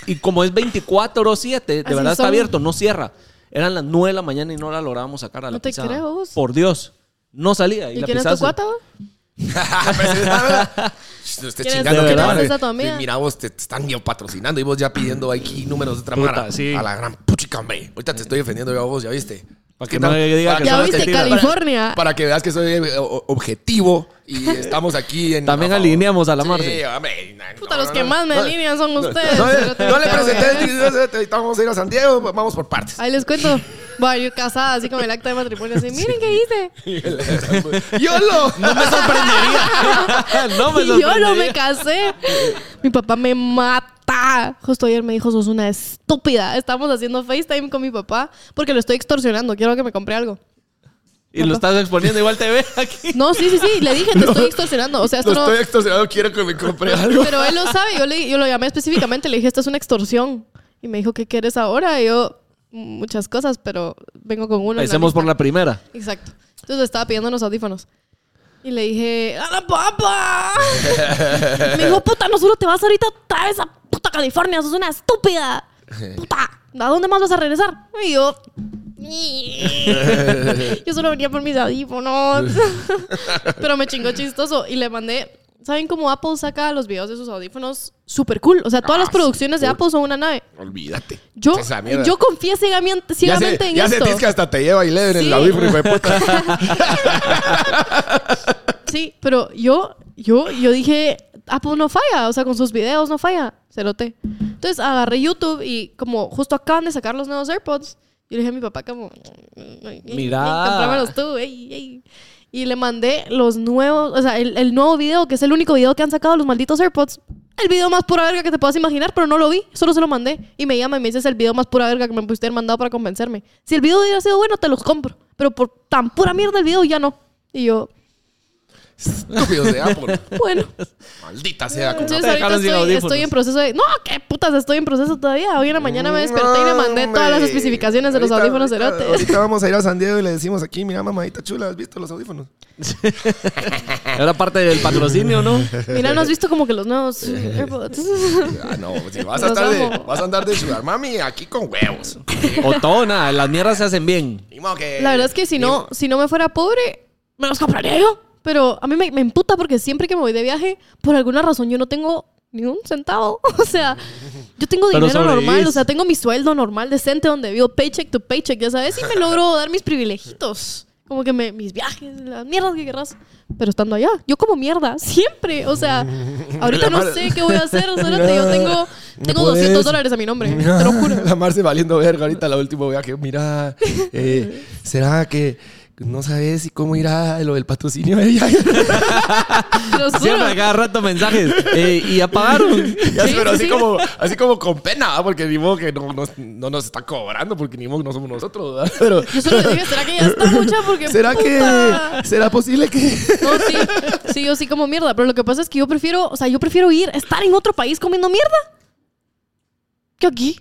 Y como es 24-7, de Así verdad está son. abierto, no cierra. Eran las 9 de la mañana y no la lográbamos sacar a la No te pisada. creo, vos. Por Dios. No salía. Y, ¿Y la quién es tu pisaste. [laughs] cuata? vos? [laughs] Ah, No estés ¿Quién es- chingando de que verdad? madre. ¿Es a tu amiga? Sí, Mira, vos te, te están yo patrocinando y vos ya pidiendo aquí números de otra Puta, mara. sí. A la gran puchica, hombre. Ahorita te estoy defendiendo yo a vos, ya viste. Para que ¿Qué no tal? diga Para que que Ya son no viste, te tira. California. Para que veas que soy eh, o- objetivo [laughs] y estamos aquí en. También favor. alineamos a la Sí, Marce. hombre. no, Puta, no, los que no, más me no, alinean son no, ustedes. no, pero te no le cago, [laughs] presenté, ¿eh? dices, "Ahorita vamos a ir a San Diego, vamos por partes. [laughs] Ahí les cuento. Bueno, yo casada, así con el acta de matrimonio, así, miren qué hice. [laughs] ¡Yolo! [laughs] No me sorprendería. Ah, no me Y [laughs] yo no me sorprendería. casé. Mi papá me mata. Justo ayer me dijo, sos una estúpida. Estamos haciendo FaceTime con mi papá porque lo estoy extorsionando. Quiero que me compre algo. Y lo estás exponiendo igual te ve aquí. No, sí, sí, sí. Le dije, te estoy extorsionando. O sea, esto Lo no... estoy extorsionando, quiero que me compre algo. [laughs] Pero él lo sabe. Yo, le, yo lo llamé específicamente. Le dije, esto es una extorsión. Y me dijo, ¿qué quieres ahora? Y yo, muchas cosas, pero vengo con uno. en la Empecemos por lista". la primera. Exacto. Entonces estaba pidiendo unos audífonos. Y le dije, ¡A la papa! me dijo, puta, no solo te vas ahorita otra vez a puta California, sos una estúpida. Puta, ¿a dónde más vas a regresar? [laughs] Y yo, yo solo venía por [laughs] mis audífonos. Pero me chingó chistoso. Y le mandé, ¿saben cómo Apple saca los videos de sus audífonos? Súper cool. O sea, todas Ah, las producciones de cool. Apple son una nave. Olvídate. Yo, Esa mierda. yo confié ya ciegamente, ciegamente se, en ya esto. sentís que hasta te lleva y le en Sí. el audífono y fue puta. [laughs] Sí, pero yo, yo, yo dije, Apple no falla, o sea, con sus videos no falla, cerote. Entonces agarré YouTube y como justo acaban de sacar los nuevos AirPods, yo le dije a mi papá como, "Mm, Mira. comprámelos tú, ey, ey". Y le mandé los nuevos, o sea, el, el nuevo video, que es el único video que han sacado los malditos AirPods. El video más pura verga que te puedas imaginar, pero no lo vi, solo se lo mandé. Y me llama y me dice, es el video más pura verga que me pusiste mandado para convencerme. Si el video hubiera sido bueno, te los compro. Pero por tan pura mierda el video, ya no. Y yo, Estúpidos de Apple. bueno. Maldita sea. con Entonces te ahorita dejaron sin estoy, audífonos. estoy en proceso de... No, qué putas, estoy en proceso todavía. Hoy en la mañana me desperté y le mandé Hombre. todas las especificaciones de los Ahorita- audífonos ahorita- cerotes. Ahorita vamos a ir a San Diego y le decimos aquí, mira mamadita chula, ¿has visto los audífonos? Era parte del [laughs] patrocinio, ¿no? Mira, ¿no has visto como que los [laughs] nuevos AirPods? Ah, no, si vas a Los estar de, amo. vas a andar de sugar mami aquí con huevos. O todo, nada. Las mierdas se hacen bien. Ni modo que- La verdad es que si Eh, no, si no me fuera pobre, me los compraría yo. Pero a mí me, me emputa porque siempre que me voy de viaje, por alguna razón yo no tengo ni un centavo. [laughs] O sea, yo tengo Pero dinero normal. sobrevives. O sea, tengo mi sueldo normal, decente, donde vivo paycheck to paycheck, ya sabes. Y me [laughs] logro dar mis privilegios. Como que me- mis viajes, las mierdas que querrás. Pero estando allá, yo como mierda, siempre. [laughs] O sea, ahorita no sé qué voy a hacer. O sea, ahorita yo tengo, tengo puedes. 200 dólares a mi nombre. Mira, [laughs] La Marce valiendo verga ahorita, la último viaje. Mira, eh, ¿será que no sabes si cómo irá lo del patrocinio de ella? Te lo juro. Siempre a cada rato mensajes. Eh, y apagaron. [laughs] Ya sé, Sí, pero sí, así, sí. Como, así como con pena, ¿verdad? porque ni modo que no, nos- no nos está cobrando, porque ni modo que no somos nosotros. ¿verdad? [laughs] Pero, Yo solo le dije, ¿será que ya está mucha? Porque ¿Será puta. que será posible que [laughs] No, sí, sí, yo sí como mierda. Pero lo que pasa es que yo prefiero, o sea, yo prefiero ir, estar en otro país comiendo mierda. Que aquí.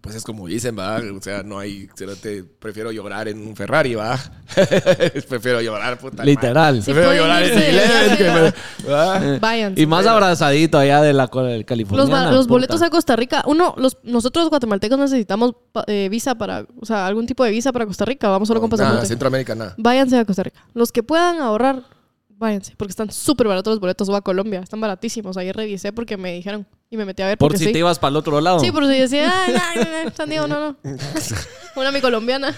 Pues es como dicen, va, o sea, no hay, cerote, prefiero llorar en un Ferrari, va. [laughs] prefiero llorar, puta. madre. Literal. Eh, Sí. Prefiero pueden llorar en ah. irse de Eleven viaje, que ¿verdad? me- va. Vayan. Y más abrazadito allá de la California. Los, ba- los boletos a Costa Rica. Uno, los, nosotros los guatemaltecos necesitamos pa- eh, visa para, o sea, algún tipo de visa para Costa Rica. Vamos Oh, solo con Nada, pasaporte. Centroamérica nada. [laughs] Váyanse a Costa Rica. Los que puedan ahorrar, váyanse. Porque están súper baratos los boletos. O a Colombia. Están baratísimos. Ayer revisé porque me dijeron. Y me metí a ver. Por porque si sí. te ibas para el otro lado. Sí, pero si decía, ay, no, no, no, San Diego, [laughs] no, [laughs] no. Una mi colombiana.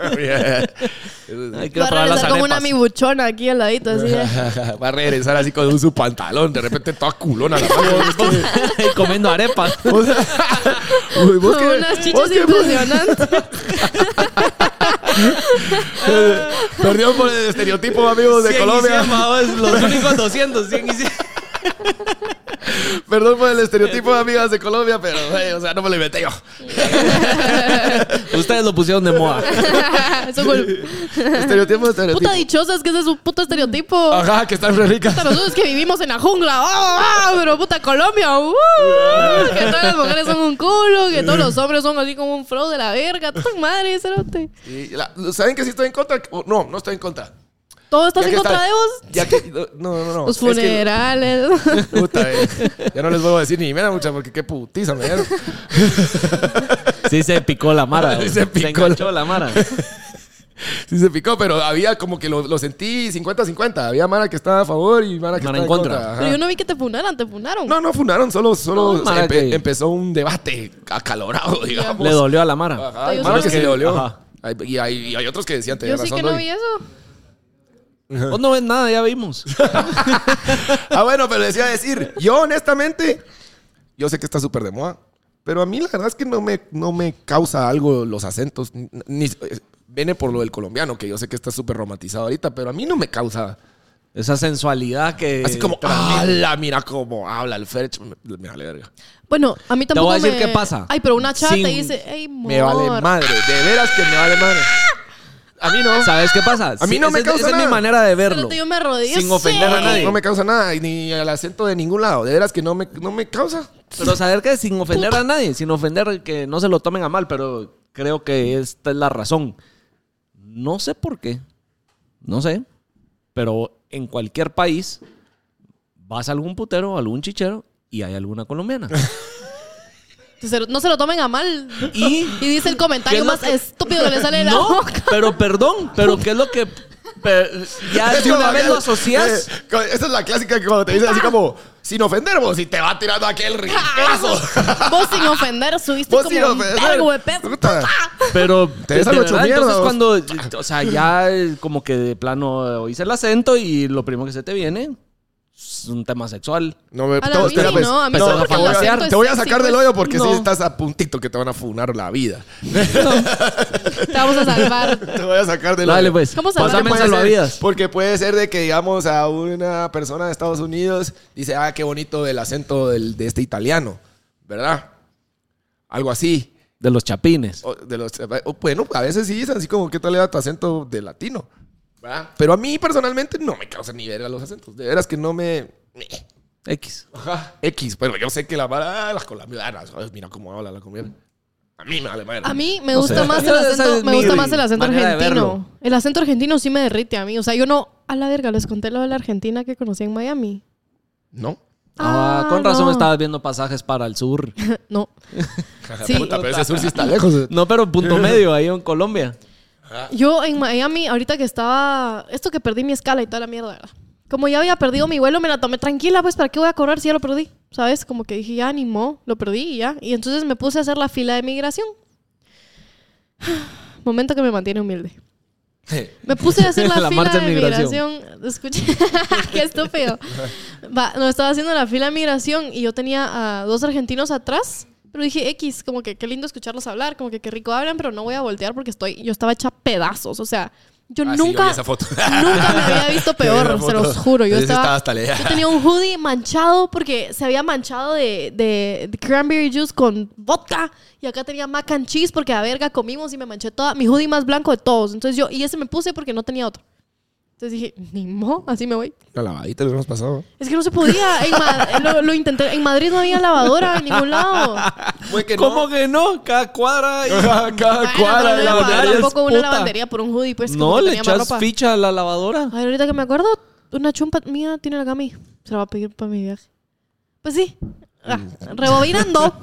Ay, quiero Va a probar las regresar como una arepas. mi buchona aquí al ladito, así. [laughs] va a regresar así con un su pantalón, de repente toda culona. La [laughs] pues, [laughs] Y comiendo [laughs] arepas. O sea, uy, vos Con que- [laughs] unas vos [laughs] chichas [laughs] que- impresionantes. Perdió por el estereotipo, amigos de 100 y Colombia. 100, vamos, [laughs] los únicos 200, 100 y 100. Perdón por el estereotipo, amigas de Colombia, pero, güey, o sea, no me lo inventé yo. Ustedes lo pusieron de moda. [laughs] Eso gol- Estereotipo, estereotipo. Puta dichosa, es que ese es un puto estereotipo. Ajá, que están re ricas. Puta, [laughs] nosotros que vivimos en la jungla. ¡ah, ah! pero puta [laughs] Colombia. ¡uh! que todas las mujeres son un culo, que [laughs] todos los hombres son así como un fro de la verga. Tu madre, cerote. Y la- ¿Saben que sí estoy en contra? O- No, no estoy en contra. ¿Todo estás Ya en que contra está- de vos? Ya que. No, no, no. Los Es que- funerales. [laughs] puta, eh, ya no les vuelvo a decir ni mira, mucha, porque qué putiza me dieron. [laughs] Sí se picó la mara. Sí [laughs] se picó enganchó [laughs] la mara. Sí se picó, pero había como que lo, lo sentí 50-50. Había Mara que estaba a favor y Mara que estaba Mara en en contra. contra. Pero [laughs] yo ajá. no vi que te funaran, te funaron. No, no funaron, solo, solo No, Mara empe- que- empezó un debate acalorado, digamos. Le dolió a la mara. Ajá, hay Yo Mara solo que se que- le dolió. ajá. Hay- Y hay, y hay otros que decían, yo tenía sí razón. que no Roy. vi eso. Vos no ves nada, ya [laughs] vimos. Ah, bueno, pero decía decir, yo honestamente, yo sé que está súper de moda, pero a mí la verdad es que no me, no me causa algo los acentos. ni- ni- eh, viene por lo del colombiano, que yo sé que está súper romantizado ahorita, pero a mí no me causa. Esa sensualidad que. Así como, "Ah, transmite. ¡Hala! Mira cómo habla el Ferch. Mira, le verga. Bueno, a mí voy tampoco a decir me- qué pasa. Ay, pero una chava Sin- te dice, "Ey, amor". Me vale madre. De veras que me vale madre. A mí no. ¿Sabes qué pasa? A mí no esa me es- causa Esa es mi nada. manera de verlo. Cerote, yo me arrodillo. Sin ofender a Sí. nadie. No me causa nada, y ni el acento de ningún lado. De veras que no me, no me causa. Pero saber que sin ofender a nadie, sin ofender que no se lo tomen a mal, pero creo que esta es la razón. No sé por qué, no sé, pero en cualquier país vas a algún putero, a algún chichero y hay [laughs] alguna colombiana. Se lo- No se lo tomen a mal. Y Y dice el comentario ¿Qué no más te- estúpido que le sale de la [laughs] no, boca. pero perdón, pero qué es lo que per- ya Es de una como Ah, vez que- lo asocias. eh, co- esa es la clásica que cuando te dicen así como, sin ofender vos, y te va tirando [laughs] aquel Ah, riflazo. Vos sin ofender subiste Vos como sin un ofender. vergo de peso. Puta. Pero Te ves al de ocho verdad, mierda, entonces vos. cuando, o sea, ya eh, como que de plano eh, oís el acento y lo primero que se te viene es un tema sexual. No me A la todo- mí sí, espera, pues, no, a mí no, solo te que voy el acento a, es te voy a sexy, sacar del pues. hoyo porque si No. estás a puntito que te van a funar la vida. [laughs] Te vamos a salvar. Te voy a sacar del Dale hoyo. pues, ¿Cómo se pásame llama? el salvavidas. Porque puede ser de que, digamos, a una persona de Estados Unidos dice, ah, qué bonito el acento del- de este italiano, ¿verdad? Algo así. De los chapines. O de los, o bueno, a veces sí es así como, ¿qué tal era tu acento de latino? ¿verdad? Pero a mí personalmente no me causa ni verga los acentos. De veras que no me... eh, X. Ajá, X, pero yo sé que la vara, ah, las colombianas, ay, mira cómo habla la colombiana. A mí me vale madre. A mí me No gusta sé. más el Esa es acento, me mi gusta más el acento manera de verlo. argentino. El acento argentino sí me derrite a mí. O sea, yo no. A la verga, les conté lo de la Argentina que conocí en Miami. [laughs] ¿No? Ah, Ah, con razón no. estabas viendo pasajes para el sur. No. [laughs] Sí. Puta, pero ese sur sí está lejos. No, pero punto medio ahí en Colombia. Yo en Miami, ahorita que estaba. Esto que perdí mi escala y toda la mierda, ¿verdad? Como ya había perdido mi vuelo, me la tomé tranquila, pues, ¿para qué voy a correr si ya lo perdí? ¿Sabes? Como que dije, ya, ni mo, lo perdí y ya. Y entonces me puse a hacer la fila de migración. [sighs] Momento que me mantiene humilde. Me puse a hacer la, La fila marcha de de migración. migración. Escuché, [laughs] qué estúpido. Va, no, estaba haciendo la fila de migración y yo tenía a dos argentinos atrás, pero dije X, como que qué lindo escucharlos hablar, como que qué rico hablan, pero no voy a voltear porque estoy, yo estaba hecha pedazos, o sea, yo Ah, sí, yo nunca, vi esa foto. nunca me había visto Yo peor, vi la se foto. los juro. Yo Ese estaba, estaba hasta la- yo tenía un hoodie manchado porque se había manchado de, de- de cranberry juice con vodka. Y acá tenía mac and cheese porque a verga comimos y me manché toda. Mi hoodie más blanco de todos. Entonces yo, y ese me puse porque no tenía otro. Entonces dije, ni mo, así me voy. [laughs] La lavadita lo hemos pasado. Es que no se podía. En Ma- [laughs] lo, lo intenté. En Madrid no había lavadora en ningún [laughs] lado. ¿Cómo que no? Cada cuadra. y- Cada Ay, no, no, cuadra. no, la no, lavandería es tampoco una puta. lavandería por un hoodie. Pues, como no, que le tenía más echas ropa. ficha a la lavadora. Ay, ahorita que me acuerdo, una chumpa mía tiene la Gami. Se la va a pedir para mi viaje. Pues sí. Ah, rebobinando.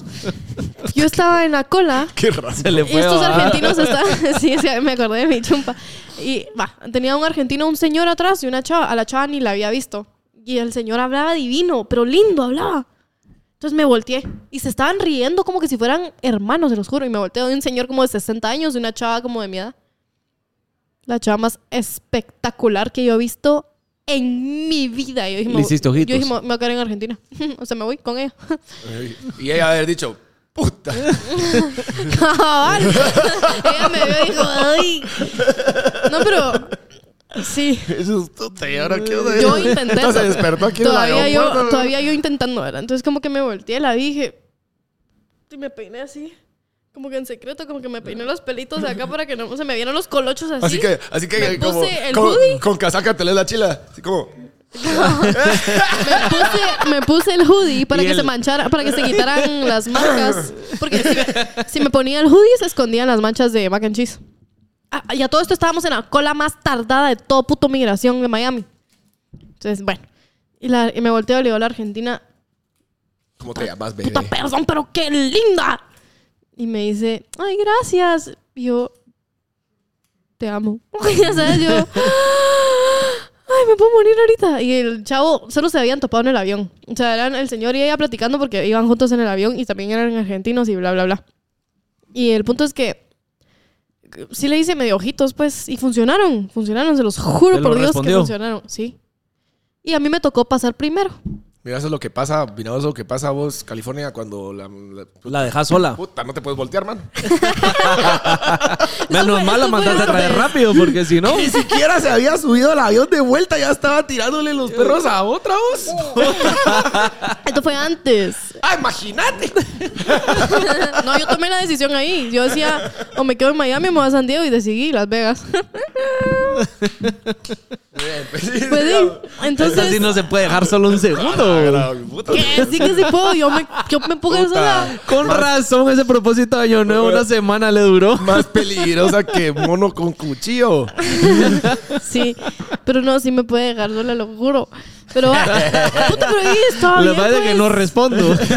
Yo estaba en la cola. Qué raro. Se le Y fue. estos ¿va? [laughs] argentinos estaban. [laughs] sí, sí, me acordé de mi chumpa. Y va, tenía un argentino, un señor atrás y una chava. A la chava ni la había visto. Y el señor hablaba divino, pero lindo hablaba. Entonces me volteé y se estaban riendo como que si fueran hermanos, se los juro. Y me volteé de un señor como de 60 años y una chava como de mi edad. La chava más espectacular que yo he visto en mi vida. Yo dije, Le me- hiciste ojitos. [laughs] Yo dije, me me voy a quedar en Argentina. o sea, me voy con ella. Y ella haber dicho, puta. Cabal. Ella me vio y dijo, ay. No, pero. Sí. Eso es [laughs] puta. ¿Y ahora qué onda? Yo intenté. Esta se despertó aquí en el todavía yo, aeropuerto. todavía yo intentando, ¿verdad? Entonces como que me volteé, la vi y dije. Y me peiné así. Como que en secreto, como que me peiné los pelitos de acá para que no se me vieran los colochos así. Así que, así que me puse como, el como- hoodie. con casaca te lees la chila. Así como, Me puse, me puse el hoodie para Y que el- se manchara, para que se [laughs] quitaran las marcas. Porque si me, si me ponía el hoodie se escondían las manchas de mac and cheese. Ah, y a todo esto estábamos en la cola más tardada de todo puto migración de Miami. Entonces, bueno. Y, la- y me volteo y le digo a la argentina, ¿cómo te llamas, bebé? puta perdón, pero qué linda. Y me dice, ay, gracias. Y yo, te amo. [laughs] ya sabes, yo, "Ah, ay, me puedo morir ahorita. Y el chavo solo se habían topado en el avión. O sea, eran el señor y ella platicando porque iban juntos en el avión y también eran argentinos y bla, bla, bla. Y el punto es que sí le hice medio ojitos, pues, y funcionaron, funcionaron, se los juro ¿Te lo por Dios respondió? que funcionaron, sí. Y a mí me tocó pasar primero. Mira, eso es lo que pasa, mira, eso es lo que pasa a vos, California, cuando la, la- La dejas sola. puta, no te puedes voltear, man. [laughs] Eso Menos fue- mal la eso fue mandaste a traer antes. rápido, porque si no. [laughs] Ni siquiera se había subido al avión de vuelta, ya estaba tirándole los perros a otra voz. Esto fue antes. ¡Ah, imagínate! [laughs] No, yo tomé la decisión ahí. Yo decía, o me quedo en Miami o me voy a San Diego y decidí Las Vegas. [laughs] Pues sí. [laughs] Entonces, Entonces, así no se puede dejar solo un segundo. ¿qué? Sí que sí puedo. Yo me, yo me puedo quedar sola. Con razón, ese propósito de año nuevo una semana le duró. [laughs] Más peligrosa que mono con cuchillo. Sí. Pero no, sí me puede dejar sola, lo juro. [laughs] Pero, ah, puta, pero ahí estaba Lo bien, malo es que pues. no [laughs] respondo. [laughs]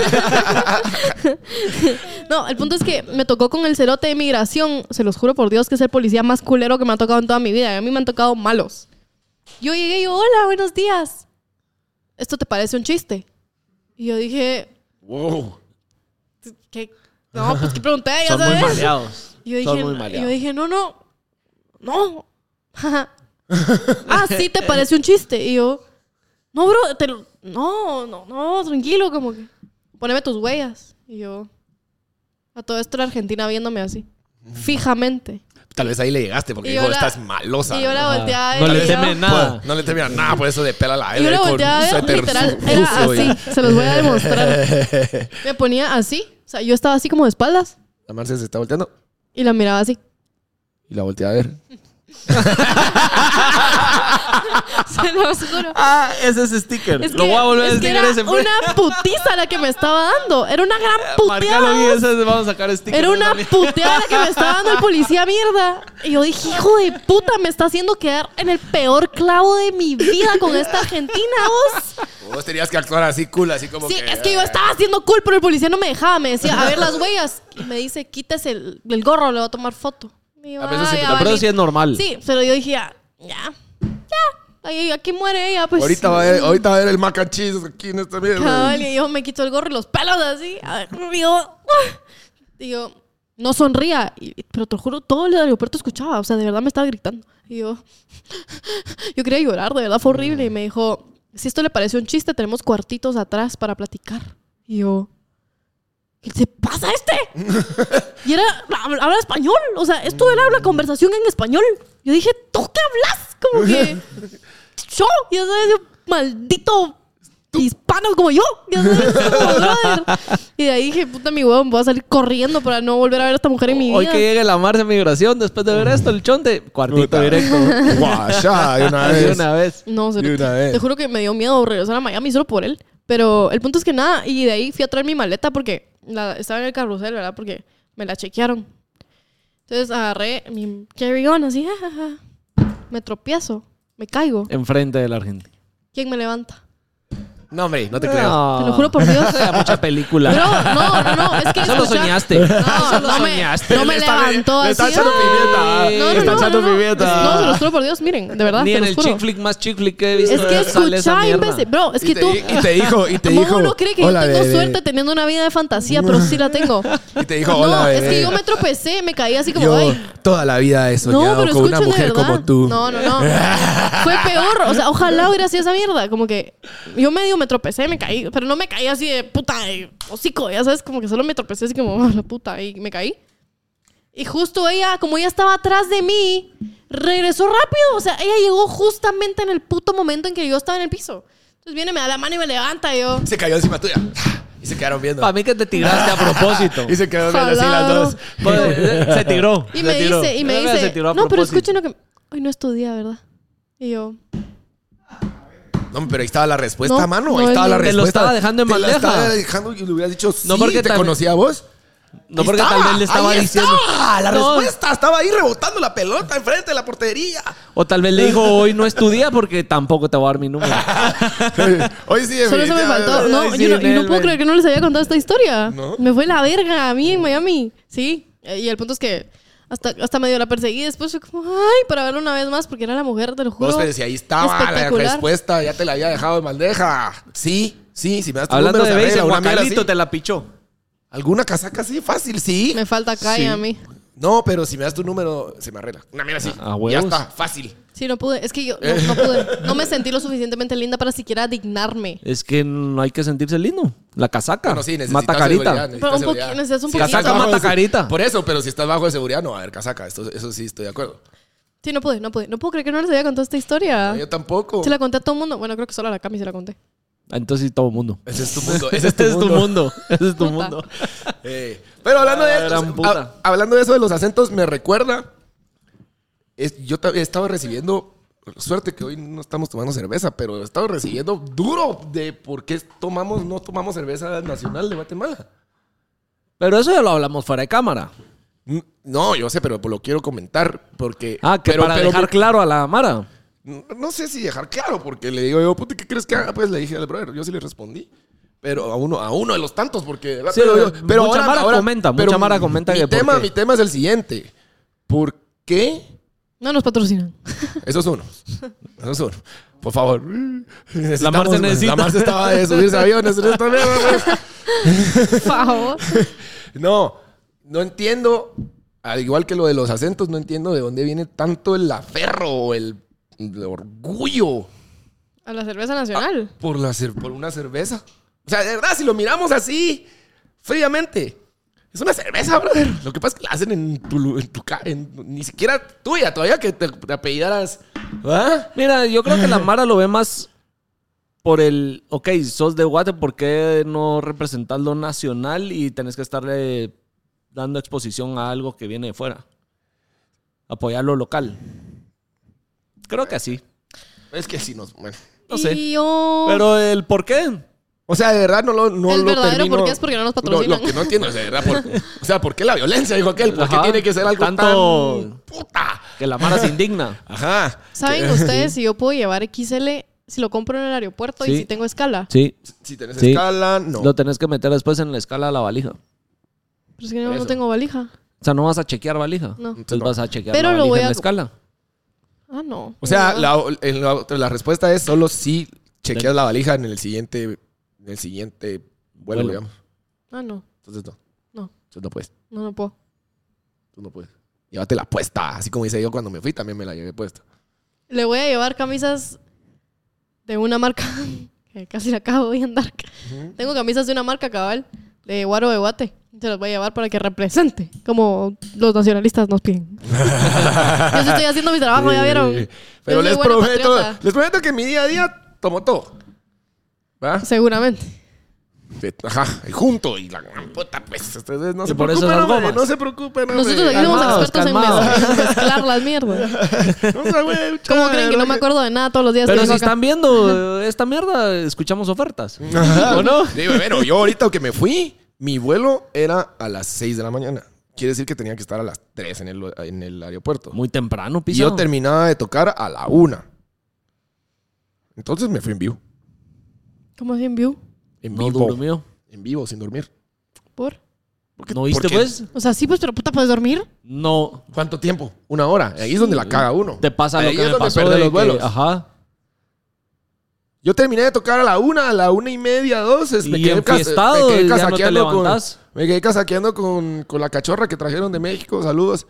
No, el punto es que me tocó con el cerote de migración. Se los juro por Dios que es el policía más culero que me ha tocado en toda mi vida. Y a mí me han tocado malos. Yo llegué y yo, hola, buenos días. ¿Esto te parece un chiste? Y yo dije, Wow. ¿qué? No, pues que pregunté, ya Son muy sabes. maleados. Y yo Son dije, muy yo maleados. dije, no, no, no. [laughs] ah, sí, te parece un chiste. Y yo, no, bro, te lo- no, no, no, tranquilo, como que, poneme tus huellas. Y yo, a todo esto la Argentina viéndome así, fijamente. Tal vez ahí le llegaste porque Y yo dijo, la- estás malosa. Pues, y yo la volteaba No le y teme yo- nada. No le teme a nada, por eso de pela la Y yo L la eh, con volteaba a ver, suéter literal, su- era sucio y- así, se los voy a demostrar. Me ponía así, o sea, yo estaba así como de espaldas La Marcia se está volteando y la miraba así. [laughs] y la voltea a ver. Se los juro. Ah, ese es sticker. Es Lo que- voy a volver a es que sticker era ese. [laughs] Una putiza la que me estaba dando. Era una gran Marcalo y puteada. ese vamos a sacar sticker. Era una también. puteada la que me estaba dando el policía mierda. Y yo dije, hijo de puta, me está haciendo quedar en el peor clavo de mi vida con esta argentina, vos. Vos tenías que actuar así cool, así como Sí, que... "Ah". es que yo estaba haciendo cool, pero el policía no me dejaba. Me decía, a ver las huellas. Y me dice, quítese el, el gorro, le voy a tomar foto. Y yo, A veces "Ah, sí, ya, pero- Pero valí". sí es normal. Sí, pero yo dije, ya, ya, ya. Ahí- Aquí muere ella, pues. Ahorita va, eh, a [laughs] ver, ahorita va a ver el mac and cheese aquí en esta mierda. Cabal, y yo me quito el gorro y los pelos así. A ver, y yo, ¡ah! y yo, no sonría. Y- pero te lo juro, todo el aeropuerto escuchaba. O sea, de verdad me estaba gritando. Y yo, [laughs] yo quería llorar, de verdad fue horrible. Y me dijo, si esto le parece un chiste, tenemos cuartitos atrás para platicar. Y yo, ¿qué se pasa a este? y era, habla, habla español. O sea, esto era una conversación en español. Yo dije, ¿tú qué hablas? Como que yo, ya sabes, yo, maldito hispano como yo, ya sabes, como brother. Y de ahí dije, puta mi huevo, me voy a salir corriendo para no volver a ver a esta mujer en mi Hoy vida. que llegue la marcha de migración, después de ver esto, el chonte, cuartito Puta. directo. [laughs] Guasha, de una De vez. una vez. No, De cerote. una vez. te juro que me dio miedo regresar a Miami solo por él. Pero el punto es que nada, y de ahí fui a traer mi maleta porque la, estaba en el carrusel, ¿verdad? Porque me la chequearon. Entonces agarré mi carry-on así, ja, ja, ja. me tropiezo, me caigo. Enfrente de la Argentina. ¿Quién me levanta? No, hombre, Ah. no te creo. Te lo juro por [laughs] Dios. Era mucha película. Bro, no, no, no, es que Solo escucha- soñaste. No, Solo no me- soñaste. no me Le está- levantó [laughs] le está así, echando "Ay". pimienta, ah. No, no, Le está no, echando no, no. pimienta. No, se los juro por Dios, miren, de verdad. Ni se en los el juro. chick flick más chick flick que he visto. eh, Es que sale esa escucha, mierda. imbécil. Bro, es Y que te tú. di- y te dijo, y te Mojo dijo, no cree que "Hola, yo tengo bebé". suerte teniendo una vida de fantasía, pero sí la tengo. Y te [laughs] dijo, no, "Hola, es bebé". que yo me tropecé, me caí así como, Yo ay. toda la vida he No, soñado pero con una escuchen de mujer verdad. como tú. [laughs] No, no, no. Fue peor. O sea, ojalá hubiera sido esa mierda. Como que yo me dio me tropecé, me caí. Pero no me caí así de puta, de hocico, ya sabes, como que solo me tropecé así como, "Ah, la puta, y me caí. Y justo ella, como ella estaba atrás de mí, regresó rápido. O sea, ella llegó justamente en el puto momento en que yo estaba en el piso. Entonces viene, me da la mano y me levanta y yo. Se cayó encima tuya. Y se quedaron viendo. Para mí que [laughs] te tiraste a propósito. Y se quedaron viendo así las Jalado. dos. [laughs] Pues, se tiró. Y me se tiró. dice, y Yo me creo que se dice, tiró a no, pero propósito". escuchen lo que... Hoy no es tu día, ¿verdad? Y [laughs] yo, No, pero ahí estaba la respuesta, No, mano. no ahí es estaba mío. la Te lo respuesta. estaba dejando en Te la bandeja. estaba dejando y le hubieras dicho, sí, No, porque te tal- conocía a vos. No, Ahí porque tal vez le estaba ahí diciendo. estaba la No. respuesta. Estaba ahí rebotando la pelota enfrente de la [laughs] portería. O tal vez le dijo, hoy no es tu día porque tampoco te voy a dar mi [laughs] Este número. Hoy sí, solo eso me definitivamente. faltó. No, Ay, yo sí, no, y no Nel, puedo ven. creer que no les había contado esta historia. ¿No? Me fue la verga a mí en Miami. Sí, eh, y el punto es que hasta, hasta medio la perseguí. Después fue como, ay, para verla una vez más, porque era la mujer, te lo juro. Vos, pero si ahí estaba la Espectacular. respuesta, ya te la había dejado en bandeja. Sí, sí, si me das tu Hablando de número, se béisbol, arregla, una Juan mierda Carlito así. te la pichó. Alguna casaca así, fácil, sí. Me falta calle Sí. a mí. No, pero si me das tu número, se me arregla. Una mierda así. A- a ya Ah, huevos. está, fácil. Sí, no pude. Es que yo no, no [laughs] pude. No me sentí lo suficientemente linda para siquiera dignarme. Es que no hay que sentirse lindo. La casaca. Bueno, sí, necesitas mata carita. seguridad, Pero un necesitas poquito, seguridad. necesitas un Si poquito. estás Casaca bajo mata de se- carita. Por eso, pero si estás bajo de seguridad, no va a haber casaca. Esto, eso sí estoy de acuerdo. Ah. Sí, no pude, no pude. No puedo creer que no les había contado esta historia. Yo tampoco. Se la conté a todo el mundo. Bueno, creo que solo a la Cami se la conté. Entonces sí, todo el mundo. Ese es tu mundo. Ese [laughs] Ese es tu mundo. mundo. Ese es tu Puta. mundo. Eh, pero hablando Ah, de, gran o sea, puta. ha- hablando de eso de los acentos, me recuerda. es- yo ta- he estado recibiendo. Suerte que hoy no estamos tomando cerveza, pero he estado recibiendo duro de por qué tomamos, no tomamos cerveza nacional de Guatemala. Pero eso ya lo hablamos fuera de cámara. Mm, No, yo sé, pero lo quiero comentar porque. Ah, que pero, para pero- dejar claro a la Mara. No no sé si dejar claro, porque le digo yo, puta, ¿qué crees que haga? Pues le dije al brother, yo sí le respondí. Pero a uno, a uno de los tantos, porque. Sí, mucha Mara comenta, mucha Mara comenta mi que por tema, qué. Mi tema es el siguiente. ¿Por qué? No nos patrocinan. Eso es uno. Eso es uno. Por favor. La Mar se necesita. La Mar se estaba de subirse a aviones en esta mierda, güey. Por favor. No, no entiendo, al igual que lo de los acentos, no entiendo de dónde viene tanto el aferro o el, el orgullo [laughs] A la cerveza nacional. por, la cer- por una cerveza. O sea, de verdad, si lo miramos así, fríamente, es una cerveza, brother. Lo que pasa es que la hacen en tu, lu- en tu ca- en- ni siquiera tuya, todavía que te, te apellidaras. ¿Ah? Mira, yo creo que [laughs] la Mara lo ve más por el, ok, sos de Guate, ¿por qué no representas lo nacional y tenés que estarle dando exposición a algo que viene de fuera? Apoyar lo local. Creo que sí. Es que si nos. Bueno. No sé. Y yo... Pero el por qué. O sea, de verdad no lo no El lo verdadero termino- por qué es porque no nos patrocinan. lo que no entiendo es de verdad por- o sea, ¿por qué la violencia? Dijo aquel, ¿por qué Ajá. tiene que ser algo Tanto- tan puta? Que la Mara se indigna. Ajá. [laughs] ¿Saben ustedes si yo puedo llevar XL si lo compro en el aeropuerto y Sí. si tengo escala? [laughs] Sí. Si tenés Sí. escala, no. Lo tenés que meter después en la escala de la valija. O Pero es que no, Por no eso. Mm. tengo valija. sea, no vas a chequear valija. No. Entonces vas a chequear Pero la lo valija voy en a- la escala. Ah, no. O sea, No. la, en la otra- la respuesta es solo si chequeas la valija en el siguiente, en el siguiente vuelo, Vuelo. digamos. Ah, no. Entonces no. No. Entonces no puedes. No, no puedo. Tú no puedes. Llévate la puesta. Así como hice yo cuando me fui, también me la llevé puesta. Le voy a llevar camisas de una marca [laughs] que casi la acabo de andar. Tengo camisas de una marca cabal de Guaro de Guate. Se las voy a llevar para que represente como los nacionalistas nos [laughs] piden. Yo sí estoy haciendo mi trabajo, ya vieron. Eh, Pero Yo soy les buena prometo, patriota. les prometo que mi día a día tomo todo. ¿Va? Seguramente. Ajá, y junto y la gran puta, pues. Ustedes no Y se por eso preocupen, esas hombre, gomas. no se preocupen, hombre. Nosotros aquí somos Calmados, expertos en calmados. mez- mezclar las mierdas. Ah, No [laughs] se agüen, ¿Cómo chaval, creen que no me acuerdo de nada todos los días? que Pero si vengo acá? están viendo eh, esta mierda, [laughs] escuchamos ofertas. ¿O no? Digo, bueno, yo ahorita que me fui, mi vuelo era a las 6 de la mañana. Quiere decir que tenía que estar a las 3 en el, en el aeropuerto. Muy temprano, y piso. yo terminaba de tocar a la 1. Entonces me fui en vivo. ¿Cómo así en view? En No vivo. durmió. En vivo, sin dormir. ¿Por? ¿No viste, por qué? pues? O sea, sí, pues, pero puta, ¿puedes dormir? No. ¿Cuánto tiempo? Una hora. Ahí es donde la caga uno. Te pasa lo Ahí que es me donde pasó. perdés de los que- vuelos. ajá. Yo terminé de tocar a la una, a la una y media, dos. es- Me Y quedé, cas- enfiestado, me quedé ya no te casaqueando con, levantás. me quedé casaqueando con, con la cachorra que trajeron de México, saludos.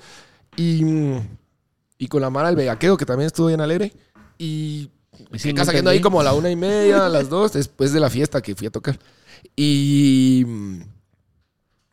Y, mm, y con la Mara del Bellaqueo, que también estuvo bien alegre. Y Sí, Mi no casa quedando ahí entendí. como a la una y media, a las dos, después de la fiesta que fui a tocar. Y mm,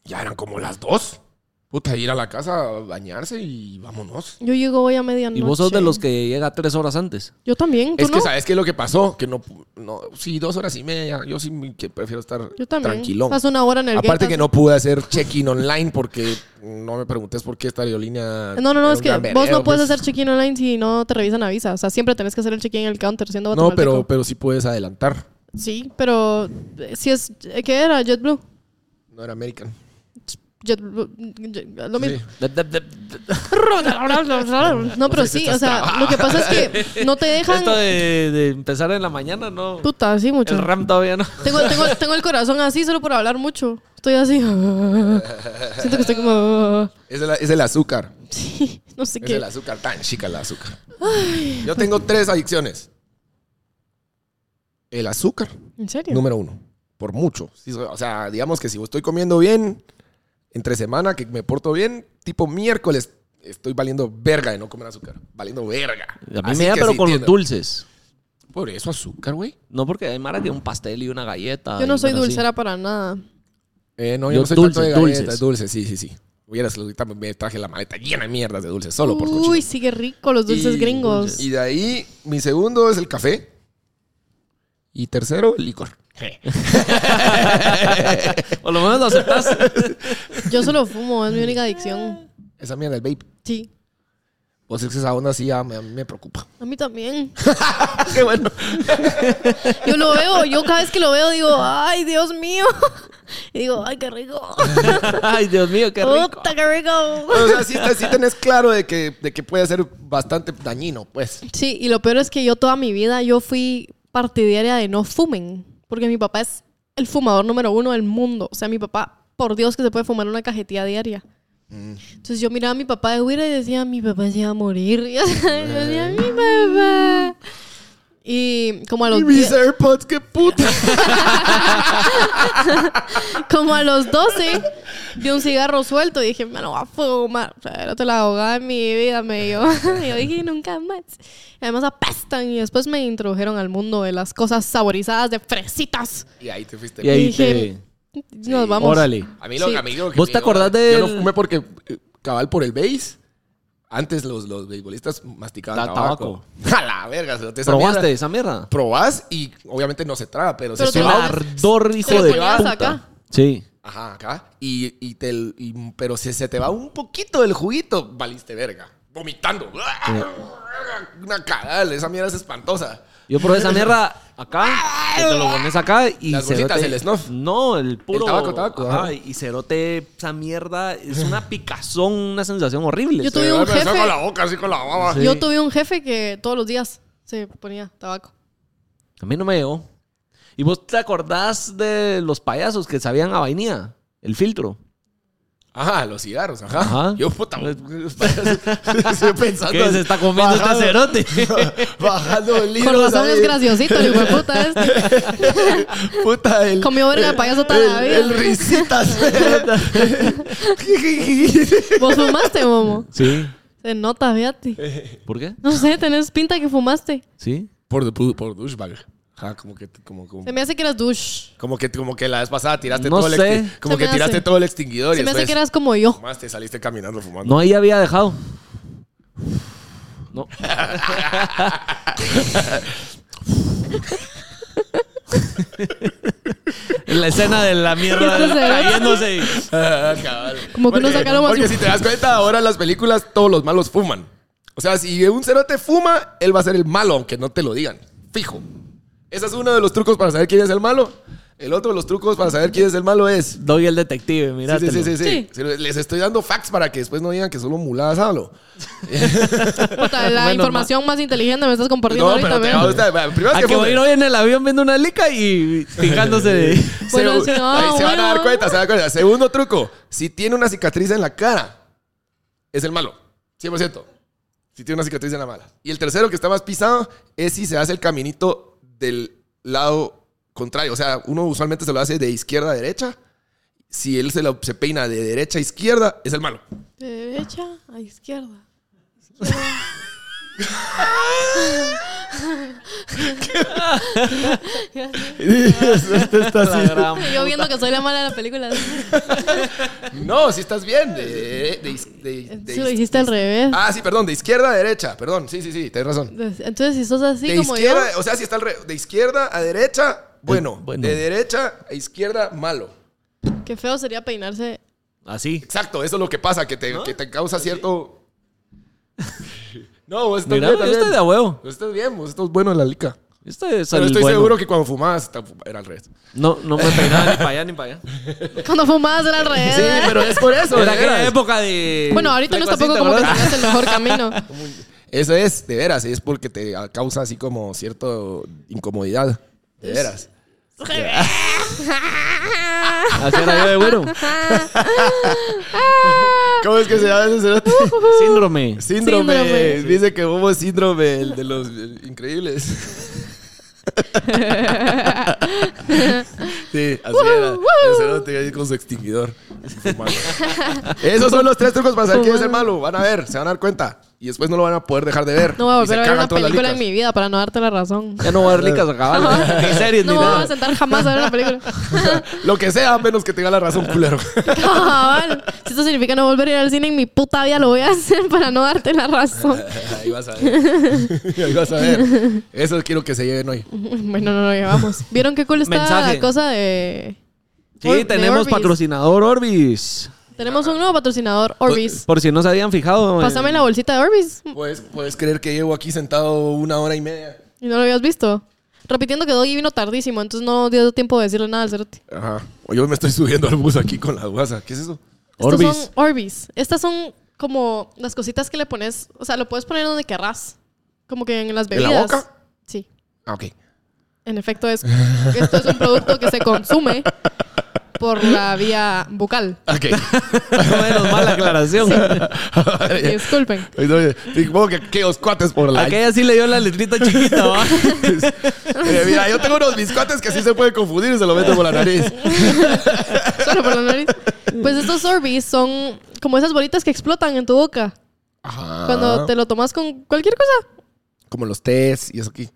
ya eran como las dos. Puta, ir a la casa, bañarse y vámonos. Yo llego hoy a medianoche. Y vos sos de los que llega tres horas antes. Yo también, ¿tú Es que, no? ¿sabes qué es lo que pasó? Que no, pu- no, sí, dos horas y media. Yo sí me- que prefiero estar Yo también. tranquilón. Paso una hora en el Aparte gate, que así. no pude hacer check-in online porque no me preguntes por qué esta aerolínea... No, no, no, era es un que gran vos verguero, no puedes pues. hacer check-in online si no te revisan la visa. O sea, siempre tenés que hacer el check-in en el counter siendo No, guatemalteco. pero, pero sí puedes adelantar. Sí, pero eh, si es... eh, ¿Qué era? JetBlue. No era American. JetBlue, jet- lo mismo. Sí. De- de- de- de- No, pero sí, o sea, lo que pasa es [laughs] que no te dejan... Esto de, de empezar en la mañana, no. Puta, sí, mucho. El RAM todavía no. Tengo, tengo, tengo el corazón así solo por hablar mucho. [laughs] Estoy así. Siento que estoy como. Es el, es el azúcar. Sí, no sé Es el qué. azúcar. Tan chica el azúcar. Yo tengo tres adicciones. El azúcar, ¿En serio? número uno. Por mucho. Sí, soy- O sea, digamos que si estoy comiendo bien, entre semana, que me porto bien, tipo miércoles, estoy valiendo verga de no comer azúcar. Valiendo verga. A mí Así me da, que pero sí, con los entiendo. dulces. Por eso azúcar, güey. No porque hay Mara que un pastel y una galleta. Yo no y soy cosas así. dulcera para nada. Eh, no, yo, Yo no soy dulces, tanto de galletas, dulces. dulces. sí, sí, sí. Hubieras, ahorita me traje la maleta llena de mierdas de dulces, solo por cochino. Uy, sí, qué rico los dulces Y- gringos. Y de ahí, mi segundo es el café. Y tercero, el licor. Por lo menos [laughs] lo aceptas. Yo solo fumo, es mi única adicción. Esa mierda, el vape. Sí. Pues es que esa onda sí ya me, me preocupa. A mí también. [laughs] Qué bueno. Yo lo veo, yo cada vez que lo veo digo, ay, Dios mío. [laughs] Y digo, ay, qué rico. [laughs] Ay, Dios mío, qué rico. Puta, qué rico. o sea, sí, sí tenés claro de que, de que puede ser bastante dañino, pues. [laughs] Sí, y lo peor es que yo toda mi vida yo fui partidaria de no fumen, porque mi papá es el fumador número uno del mundo. O sea, mi papá, por Dios que se puede fumar una cajetilla diaria. Entonces yo miraba a mi papá de huira y decía, mi papá se va a morir. [laughs] Y yo decía, mi papá. Y como a los mis 10 AirPods, qué puta. como a los 12 vi un cigarro suelto y dije, me lo voy a fumar. O sea, era toda la ahogada de mi vida, me [laughs] dio. Yo dije, nunca más. Y además apestan y después me introdujeron al mundo de las cosas saborizadas de fresitas. Y ahí te fuiste. Y ahí Dije, Nos te. vamos. Órale. A mí lo Sí. a mí lo que ¿Vos me dio- te acordás de Yo no el- fumé porque eh, cabal por el base. Antes los, los beisbolistas masticaban Da- tabaco. [laughs] A la verga, se esa mierda. ¿Probaste esa mierda? Probás y obviamente no se traga, pero, Pero se te Un lo- suda. ardor, hijo lo de ponías puta. acá. Sí. Ajá, acá. Y, y te, y- pero si se te va un poquito el juguito, valiste verga. Vomitando. Una cagada, esa mierda es espantosa. Yo probé esa mierda acá, que te lo pones acá y Las bolsitas, el snuff. No, el puro. El tabaco, tabaco, Ajá, ajá. y cerote, esa mierda [sighs] es una picazón, una sensación horrible. Yo cerote. tuve un Me besaba jefe. con la boca, así con la baba. Yo tuve un jefe que todos los días se ponía [laughs] tabaco. A mí no me llegó. ¿Y vos te acordás de los payasos que sabían a vainilla? El filtro. Ajá, los cigarros, ajá. Ajá. Yo, puta, [laughs] estoy pensando. ¿Qué se está comiendo este [laughs] cerote? [laughs] Bajando el libro. Corazón ¿sabes? es graciosito, el hijo de puta este. [laughs] Puta, el. Comió verga de payaso toda el, la vida. El risitas. [laughs] Vos fumaste, momo. Sí. Se nota, Eh. fíjate. ¿Por qué? No sé, tenés pinta que fumaste. Sí. por, por, por douchebag. Ajá, como que. Como, como, Se me hace que eras douche. como que, como que la vez pasada tiraste No todo el sé. exti- Como Se que me hace. tiraste todo el extinguidor Se y me hace después que eras como yo. fumaste, saliste caminando fumando. No, ahí había dejado. No. la escena de la mierda Este cerote. cayéndose. Ah, cabal. Como que uno Porque- sacaron más- Porque si te das cuenta, ahora en las películas todos los malos fuman. O sea, si un cerote fuma, él va a ser el malo, aunque no te lo digan. Fijo. Ese es uno de los trucos para saber quién es el malo. El otro de los trucos para saber quién es el malo es. Doy el detective, Sí, mira. sí, sí, sí, sí. Sí. Se lo- Les estoy dando facts para que después no digan que solo muladas hablo. [laughs] Puta, la Menos información más inteligente me estás compartiendo No, ahorita, pero te ¿verdad? va a gustar. Bueno, Primero es A que Ah, que voy a ir fumen. hoy en el avión viendo una lica y [laughs] fijándose de. Bueno, Segu- si no, Ahí se van a dar bueno. cuenta, se van a dar cuenta. Segundo truco, si tiene una cicatriz en la cara, es el malo. 100%. Si tiene una cicatriz en la mala. Y el tercero que está más pisado es si se hace el caminito del lado contrario. O sea, uno usualmente se lo hace de izquierda a derecha. Si él se, lo, se peina de derecha a izquierda, es el malo. De derecha a izquierda. Este está La así. gran- Yo viendo que soy la mala de la [laughs] película. No, si estás bien. De, de- de- de- de- Si lo dijiste al revés. Ah, sí, perdón, de izquierda a derecha. Perdón, sí, sí, sí, tenés razón. Entonces, si sos así de como yo. izquierda, o sea, si está al re- de izquierda a derecha, Eh, bueno, bueno. De derecha a izquierda, malo. Qué feo sería peinarse. Así. Exacto, eso es lo que pasa, que te, que te causa cierto. [laughs] No, vos estás Mira, bien. yo también. estoy de huevo. Vos estás bien, vos estás bueno en la lica. Este es Pero el estoy bueno. seguro que cuando fumabas ta- era al revés. No, no me peinaba ni para allá ni [laughs] para allá. Cuando fumabas era al revés. Sí, pero es por eso. [laughs] Era de aquella veras. época de. Bueno, ahorita no es tampoco como Flecocita, que ¿verdad? tengas el [laughs] mejor camino. Eso es, de veras, es porque te causa así como cierta incomodidad. De veras. Así era yo de [laughs] bueno. ¿Cómo es que se llama ese cerote? Síndrome. Síndrome. Síndrome. Dice que hubo síndrome, el de los el- [laughs] increíbles. sí, así era. El cerote ahí con su extinguidor. Fumando. Esos son los tres trucos para saber quién es el malo. Van a ver, se van a dar cuenta. Y después no lo van a poder dejar de ver. No voy a Y volver se a ver cagan una todas las película en licas. mi vida para no darte la razón. Ya no voy a dar licas a cabal. [laughs] Ni series No ni me voy a nada. sentar jamás a ver una película. [laughs] [laughs] Lo que sea, menos que tenga la razón, culero. Cabal. Si esto significa no volver a ir al cine en mi puta vida, lo voy a hacer para no darte la razón. [laughs] [laughs] Ahí vas a ver. [laughs] Ahí vas a ver. Eso quiero que se lleven hoy. Bueno, no lo llevamos. ¿Vieron qué cool está Mensaje. la cosa de. Or- Sí, de tenemos Orbis? patrocinador Orbis. Tenemos un nuevo patrocinador, Orbis. Por si no se habían fijado. eh, [laughs] Pásame la bolsita de Orbis. Pues, puedes creer que llevo aquí sentado una hora y media. Y no lo habías visto. Repitiendo que Doggy vino tardísimo, entonces no dio tiempo de decirle nada al cerote. Ajá. O yo me estoy subiendo al bus aquí con la guasa. ¿Qué es eso? Estos Orbis. son Orbis. Estas son como las cositas que le pones. O sea, lo puedes poner donde querrás. Como que en las ¿En la bebidas. boca? Sí. Ah, ok. En efecto, es, esto es un producto que se consume por la vía bucal. Ok. [laughs] Menos mala aclaración. Disculpen. Supongo que aquellos cuates por la. Aquella sí le dio la letrita chiquita, ¿va? [laughs] Eh, mira, yo tengo unos biscuates que sí se pueden confundir y se lo meto por la nariz. Solo por la nariz. Pues estos Orbis son como esas bolitas que explotan en tu boca. Ajá. Cuando te lo tomas con cualquier cosa. Como los tés y eso aquí.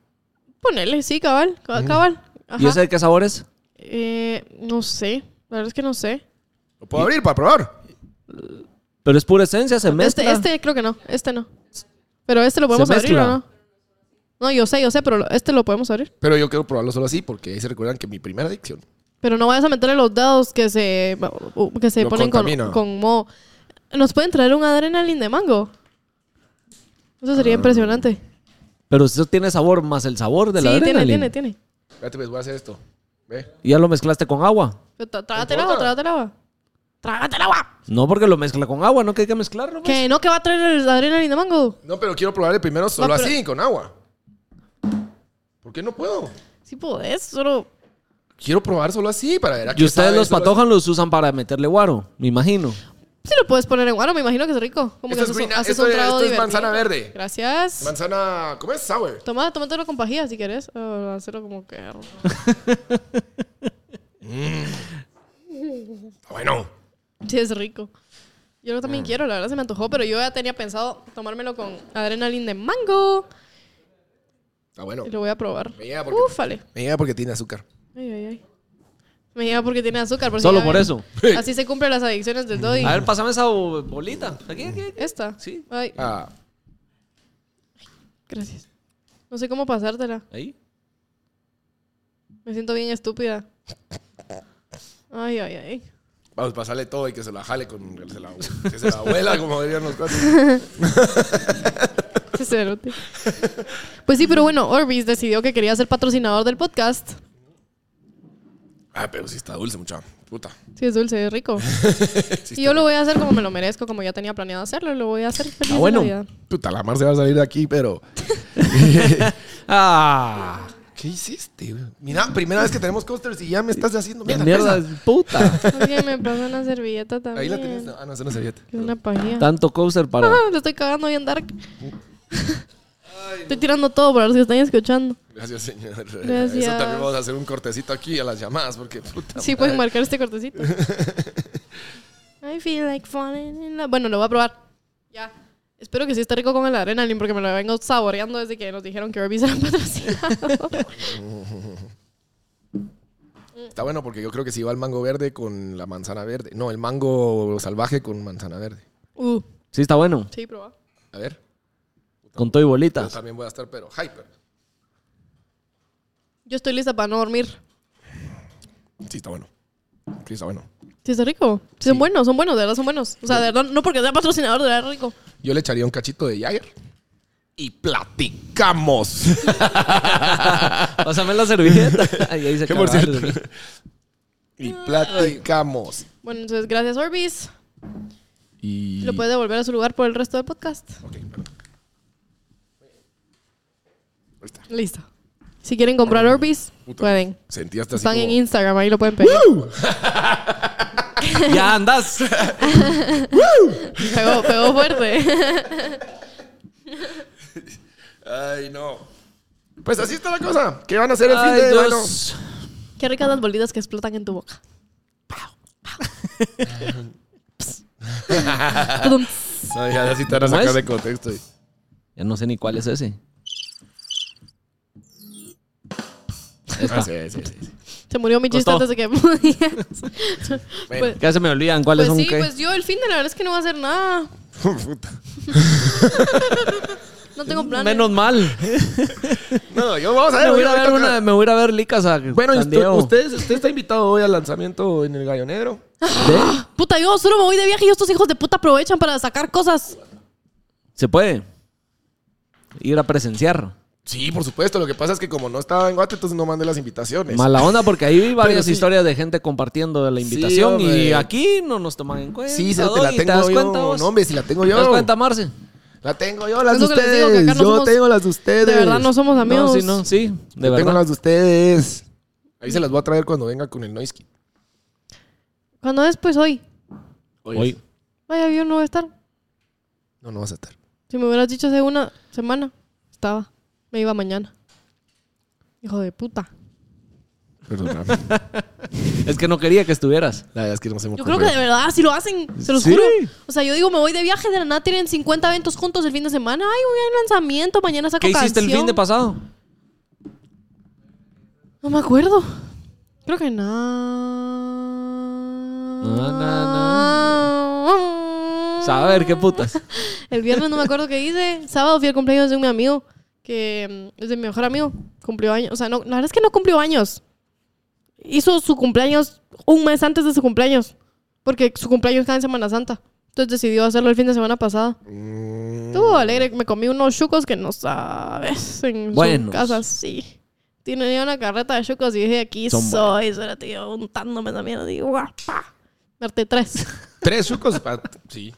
Ponele, sí, cabal. ca- Cabal. Ajá. ¿Y ese de qué sabor es? Eh, no sé. La verdad es que no sé. Este, Lo puedo abrir para probar. Pero es pura esencia, se Este, mezcla. este creo que no. Este no. Pero este lo podemos abrir mezcla. o no. No, yo sé, yo sé, pero lo- este lo podemos abrir. Pero yo quiero probarlo solo así porque ahí se recuerdan que mi primera adicción. Pero no vayas a meterle los dedos que se, que se Lo ponen contamina. con, con moho. Nos pueden traer un adrenalin de mango. Eso Ah. sería impresionante. Pero eso tiene sabor más el sabor de Sí, la tiene, tiene, adrenalina. tiene. Espérate, pues voy a hacer esto. ¿Ve? ¿Y ya lo mezclaste con agua? Pero tra- Trágate el agua, trágate el agua. Trágate el agua. No, porque lo mezcla con agua, no que hay que mezclarlo. pues. Que no, que va a traer el adrenalin de mango. No, pero quiero probar el primero solo No, pero- así, con agua. ¿Por qué no puedo? Sí podés, solo... Quiero probar solo así para ver a Y qué ustedes sabe los solo patojan los usan para meterle guaro, me imagino. Sí lo puedes poner en guano, me imagino que es rico. Como Esto que es haces un- green- haces esto un es- trago esto es divertido. manzana verde. Gracias. Manzana, ¿cómo es? Sour. Toma, tómatelo con pajilla si quieres. O hacerlo como que... Ah, Bueno. Sí, es rico. Yo lo Mm. también quiero, la verdad se me antojó, pero yo ya tenía pensado tomármelo con adrenalin de mango. Está Ah, bueno. Y lo voy a probar. Me llega porque- Ufale. Me llega porque tiene azúcar. Ay, ay, ay. Me llega porque tiene azúcar. Por si Solo ya por [laughs] ven. eso. Así se cumplen las adicciones del doy. A ver, pásame esa bo- bolita. Aquí, aquí, aquí. Esta. Sí. Ay, Ah, gracias. No sé cómo pasártela. Ahí. Me siento bien estúpida. Ay, ay, ay. vamos, pasarle todo y que se la jale con. Que se la, que se la abuela, como dirían los cuates. [laughs] Ese cerote. Pues sí, pero bueno, Orbis decidió que quería ser patrocinador del podcast. [laughs] Ah, pero sí está dulce, mucha. Puta. Sí, es dulce, es [laughs] rico. Y yo lo voy a hacer como me lo merezco, como ya tenía planeado hacerlo. Lo voy a hacer Ah, feliz de bueno. la vida. Puta, la mar se va a salir de aquí, [laughs] pero. Ah, ¿Qué hiciste, güey? Mira, primera vez que tenemos coasters y ya me estás haciendo mierda. mierda, Elsa. puta. [laughs] Oye, me pasa una servilleta también. Ahí la tenés. Ah, no, es una servilleta. Es una pajilla. [laughs] [laughs] Tanto coaster para. Ah, le estoy cagando bien dark. Estoy tirando todo para los que están escuchando. Gracias, señor. Gracias. Eso también vamos a hacer un cortecito aquí a las llamadas, porque puta. Sí, madre. pueden marcar [laughs] este cortecito. I feel like falling in love. Bueno, lo voy a probar. Ya. Espero que sí esté rico con el adrenalin porque me lo vengo saboreando desde que nos dijeron que Orbeez era patrocinado. [laughs] Está bueno porque yo creo que si va el mango verde con la manzana verde. No, el mango salvaje con manzana verde. uh, Sí, está bueno. sí, proba. A ver. Con todo y Yo bolitas. también voy a estar, pero hyper. Yo estoy lista para no dormir. Sí, está bueno. Sí, está bueno. Sí, está rico. Sí, son buenos, son buenos, de verdad son buenos. O sea, de verdad, no porque sea patrocinador, de verdad rico. Yo le echaría un cachito de Jagger. Y platicamos. Pásame la servilleta. [laughs] Ahí dice Que por cierto. [laughs] y platicamos. Bueno, entonces gracias Orbis. Y. Lo puede devolver a su lugar por el resto del podcast. Ok, perdón. Ahí está. Listo. Si quieren comprar Orbis, Puta. pueden. Sentí hasta así Están en como- Instagram, ahí lo pueden pedir. [laughs] Ya andas. Pegó, pegó [laughs] fuerte. Ay, no. Pues así está la cosa. ¿Qué van a hacer el fin Ay, de bueno? Dios. Qué ricas las bolitas que explotan en tu boca. [laughs] Pum. No, ya así te van a ¿Cómo sacar es? de contexto. y- Ya no sé ni cuál es ese. Ah, sí, sí, sí, sí. Se murió mi chiste Costó. antes de que [laughs] podía. Pues- Ya se me olvidan cuáles Pues son sí, qué. pues yo el fin de la verdad es que no voy a hacer nada. Puta. No tengo planes. [laughs] Menos mal. No, yo vamos a ver. Me voy a ir a ahorita ver acá. una, me voy a ir a ver licas a Bueno, y San usted- Diego. ustedes- usted está invitado hoy al lanzamiento en el Gallo Negro. ¿Ve? Puta, yo solo me voy de viaje y estos hijos de puta aprovechan para sacar cosas. ¿Se puede? Ir a presenciar. Sí, por supuesto. Lo que pasa es que como no estaba en Guate, entonces no mandé las invitaciones. Mala onda porque ahí vi varias Pues, sí. historias de gente compartiendo de la Sí, invitación y hombre. aquí no nos toman en cuenta. Sí, se te doy, la ¿y tengo das yo. cuenta vos? No, hombre, si la tengo ¿Te das yo. cuenta, Marce? La tengo yo, las de Eso que les digo, que ustedes. acá no yo somos- tengo las de ustedes. De verdad no somos amigos. No, sí, no, sí, de Yo tengo verdad. las de ustedes. Ahí se las voy a traer cuando venga con el noise kit. Cuando es, pues hoy. Hoy. Vaya, yo no voy a estar. No, no vas a estar. Si me hubieras dicho hace una semana, estaba. Me iba mañana. Hijo de puta. [laughs] Perdóname. Es que no quería que estuvieras. La verdad es que no se me Yo creo que de verdad, si lo hacen, se los Sí. juro. O sea, yo digo, me voy de viaje, de la nada tienen 50 eventos juntos el fin de semana. Ay, voy al lanzamiento, mañana saco ¿Qué canción. hiciste el fin de pasado? No me acuerdo. Creo que nada. Na, Saber [laughs] qué putas. El viernes no me acuerdo qué hice. Sábado fui al cumpleaños de un amigo, que mm, es de mi mejor amigo. Cumplió años. O sea, no, la verdad es que no cumplió años. Hizo su cumpleaños un mes antes de su cumpleaños. Porque su cumpleaños cae en Semana Santa. Entonces decidió hacerlo el fin de semana pasada. Estuvo alegre. Me comí unos chucos que no sabes. En Buenos. su casa, sí. Tenía una carreta de chucos y dije, aquí Son soy. Solo te iba untándome la mierda. Digo, guapa. Marte tres. Tres sucos. pa- sí.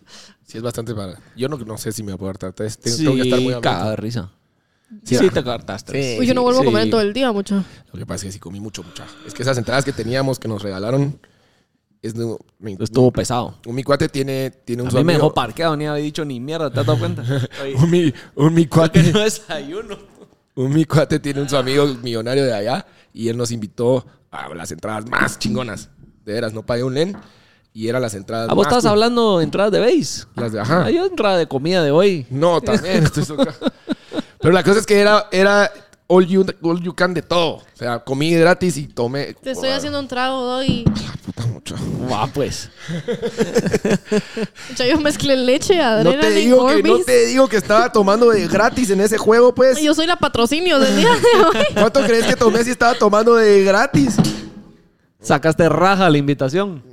Sí, es bastante para. Yo no, no sé si me voy a poder tratar tres. Tengo, Sí, tengo que estar muy cagada abierto. de risa. Sí, Sí, va. te cortaste. Sí, Uy, yo no sí, vuelvo sí. a comer en todo el día, mucho. Lo que pasa es que sí comí mucho, mucha. Es que esas entradas que teníamos, que nos regalaron, es de- mi, Estuvo pesado. un- mi cuate tiene, tiene un A su mí me amigo- dejó parqueado, ni había dicho ni mierda, ¿te has [laughs] dado cuenta? Oye, un, mi, un mi que cuate, no desayuno. un mi cuate tiene un su amigo millonario de allá y él nos invitó a las entradas más chingonas. De veras, no pagué un len y eran las entradas ¿A Ah, vos más estabas cool. hablando de entradas de base? Las de ajá. Ah, yo entrada de comida [laughs] de hoy. No, también. estoy soca- Pero la cosa es que era, era all, you, all you can de todo. O sea, comí gratis y tomé. Te estoy Joder, haciendo un trago, doy. puta, mucho. Va, pues. Mucha, yo mezclé leche, No te, adrenalina, digo que, Orbis. no [laughs] te digo que estaba tomando de gratis en ese juego, pues. Yo soy la patrocinio del día de hoy. ¿Cuánto crees que tomé si estaba tomando de gratis? Sacaste raja la invitación.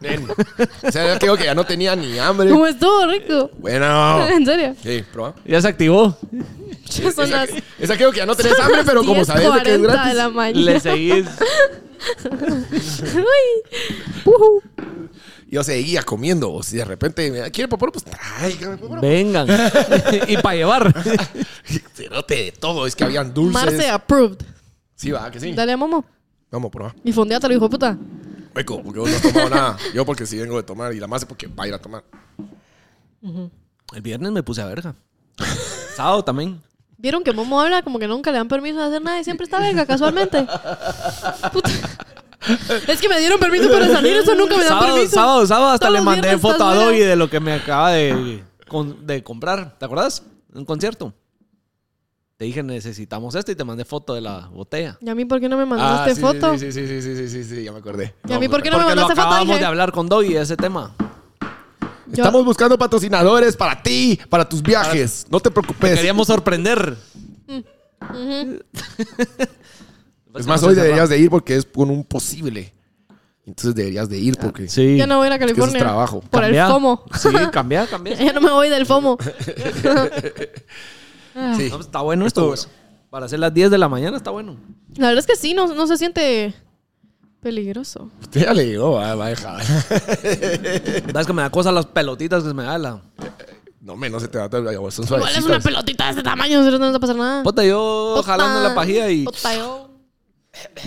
Nen. O sea, yo creo que ya no tenía ni hambre. [laughs] Como estuvo rico. Bueno. [laughs] En serio. Sí, proba. Ya se activó. Ya Son [laughs] Esa, las esa creo que ya no tenés hambre, pero como sabes de que es 10:40 de gratis. la mañana. [laughs] Le seguís. Uy. Ujú. Yo seguía comiendo. O si de repente me da, ¿quiere poporo? Pues tráigame poporo. Vengan. [laughs] y para llevar. [laughs] Cerote de todo. Es que habían dulces. Marce approved. Sí, va, que sí. Dale a Momo. Vamos a probar. Y fondeate, lo hijo de puta. Hueco, porque vos no has tomado nada. Yo porque sí vengo de tomar y la más porque va a ir a tomar. El viernes me puse [laughs] a verga. Sábado también. ¿Vieron [laughs] que Momo habla como que nunca le dan permiso de hacer nada y siempre está verga, casualmente? Puta. Es que me dieron permiso para salir, eso nunca me dan Sábado, permiso. sábado, sábado, hasta Todos le los mandé viernes foto estás a fuera. Doggy de lo que me acaba de, con- de comprar. ¿Te acuerdas? Un concierto. Te dije, necesitamos esto y te mandé foto de la botella. ¿Y a mí por qué no me mandaste Ah, sí, foto? Sí, sí, sí, sí, sí, sí, sí, sí, ya me acordé. ¿Y a mí por qué no me Porque lo mandaste foto? acabamos Dije, de hablar con Doggy de ese tema. Yo- Estamos buscando patrocinadores para ti, para tus viajes. No te preocupes. Queríamos sorprender. Es más, hoy deberías de ir porque es con un posible. Entonces deberías de ir porque Ah, Sí. ya no voy a ir a es que eso es California. trabajo. Por Cambia. el FOMO. [laughs] Sí, cambia, cambia. Ya no me voy del FOMO. Sí. No, pues, está bueno esto. pues. Para hacer las 10 de la mañana está bueno. La verdad es que sí, no, no se siente peligroso. Usted [laughs] ya le llegó, va, va a dejar. ¿Sabes que me da cosa las pelotitas que me da la... No, me, no se te va a dar. Son Igual es una suavecitas. pelotita de este tamaño, no nos va a pasar nada. Puta, yo jalando la pajilla y Puta, [laughs] yo-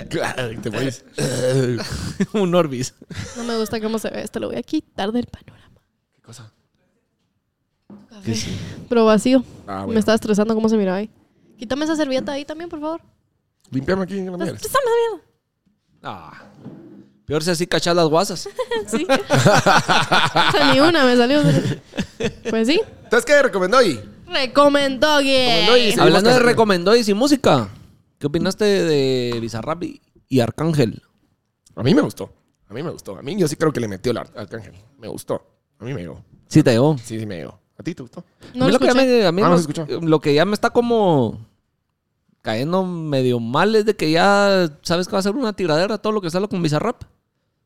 Claro, y te mueres. [laughs] [laughs] un Orbis. No me gusta cómo se ve esto, lo voy a quitar del panorama. ¿Qué cosa? Pero vacío. Ah, bueno. Me estaba estresando cómo se miraba ahí. Quítame esa servilleta ahí también, por favor. Límpiame aquí en la mierda. Quítame esa mierda. Ah. Peor si así cachas las guasas. Sí. [laughs] O sea, ni una me salió. Pues sí. ¿Entonces qué recomendó hoy? Recomendó Recomendó y que. se- Hablando de Seguimos recomendó y sin música. ¿Qué opinaste de Bizarrap y y Arcángel? A mí me gustó. A mí me gustó. A mí yo sí creo que le metió el ar- arcángel. Me gustó. A mí me llegó. Sí, te digo. Sí, sí me llegó. ¿A ti te gustó? No a mí lo lo que ya escuché. me, a mí Ah, no lo- se escuchó. lo que ya me está como cayendo medio mal es de que ya sabes que va a ser una tiradera todo lo que sale con Bizarrap.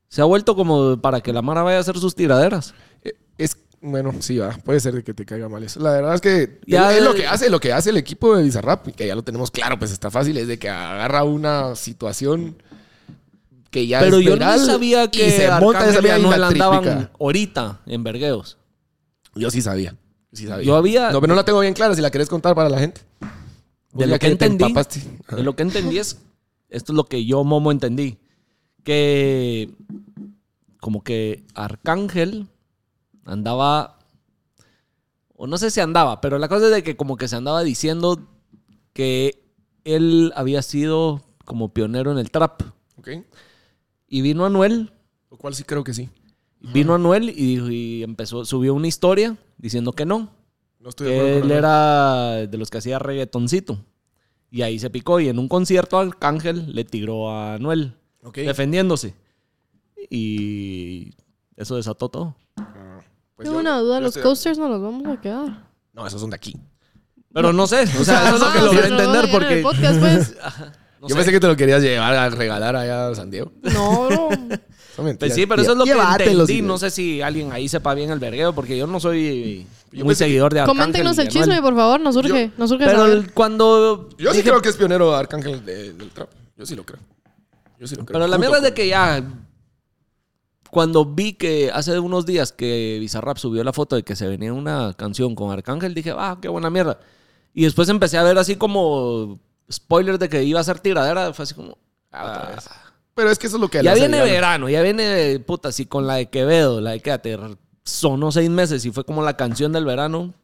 Se ha vuelto como para que la Mara vaya a hacer sus tiraderas. Eh, Es, bueno, sí, va. puede ser de que te caiga mal eso. La verdad es que Ya- es lo que hace, lo que hace el equipo de Bizarrap, que ya lo tenemos claro, pues está fácil, es de que agarra una situación que ya Pero es yo no viral sabía y que se monta esa Arcángel y vía y Anuel la andaban triplica. ahorita en vergueos. Yo sí sabía. Sí sabía. Yo había- No, pero no la tengo bien clara si la querés contar para la gente. De Ya lo que te entendí, empapaste. de lo que entendí es, esto es lo que yo, Momo, entendí, que como que Arcángel andaba, o no sé si andaba, pero la cosa es de que como que se andaba diciendo que él había sido como pionero en el trap. Ok. Y vino Anuel, Lo cual sí creo que sí. vino Anuel y, dijo- y empezó, subió una historia diciendo que no, No estoy de acuerdo que con él Anuel. era de los que hacía reggaetoncito. Y ahí se picó. Y en un concierto Arcángel le tiró a Anuel. Ok. Defendiéndose. Y eso desató todo. Ah, pues Tengo yo- una duda, yo los estoy- coasters no los vamos a quedar. No, esos son de aquí. Pero no sé. O [laughs] sea, eso es lo que Ah, logré pero no van a entender ir porque... en el podcast, pues. no yo sé. pensé que te lo querías llevar a regalar allá a San Diego. No, [laughs] no. Son mentiras. Pues sí, pero eso es lo que Llévatelos, entendí. y- No sé si alguien ahí sepa bien el vergueo, porque yo no soy Yo muy pensé que- seguidor de Arcángel. Coméntenos y el Anuel. chisme, por favor, nos urge. Nos urge Pero saber. el- cuando... Yo sí dije- creo que es pionero Arcángel de- del trap. Yo sí lo creo. Yo sí lo creo. Pero la Junto mierda es de con- que ya... Cuando vi que hace unos días que Bizarrap subió la foto de que se venía una canción con Arcángel, dije, ah, qué buena mierda. Y después empecé a ver así como spoiler de que iba a ser tiradera. Fue así como... Ah, otra vez. Pero es que eso es lo que... le Ya hace viene viral. verano, ya viene, puta, así con la de Quevedo, la de Quédate. Sonó seis meses y fue como la canción del verano.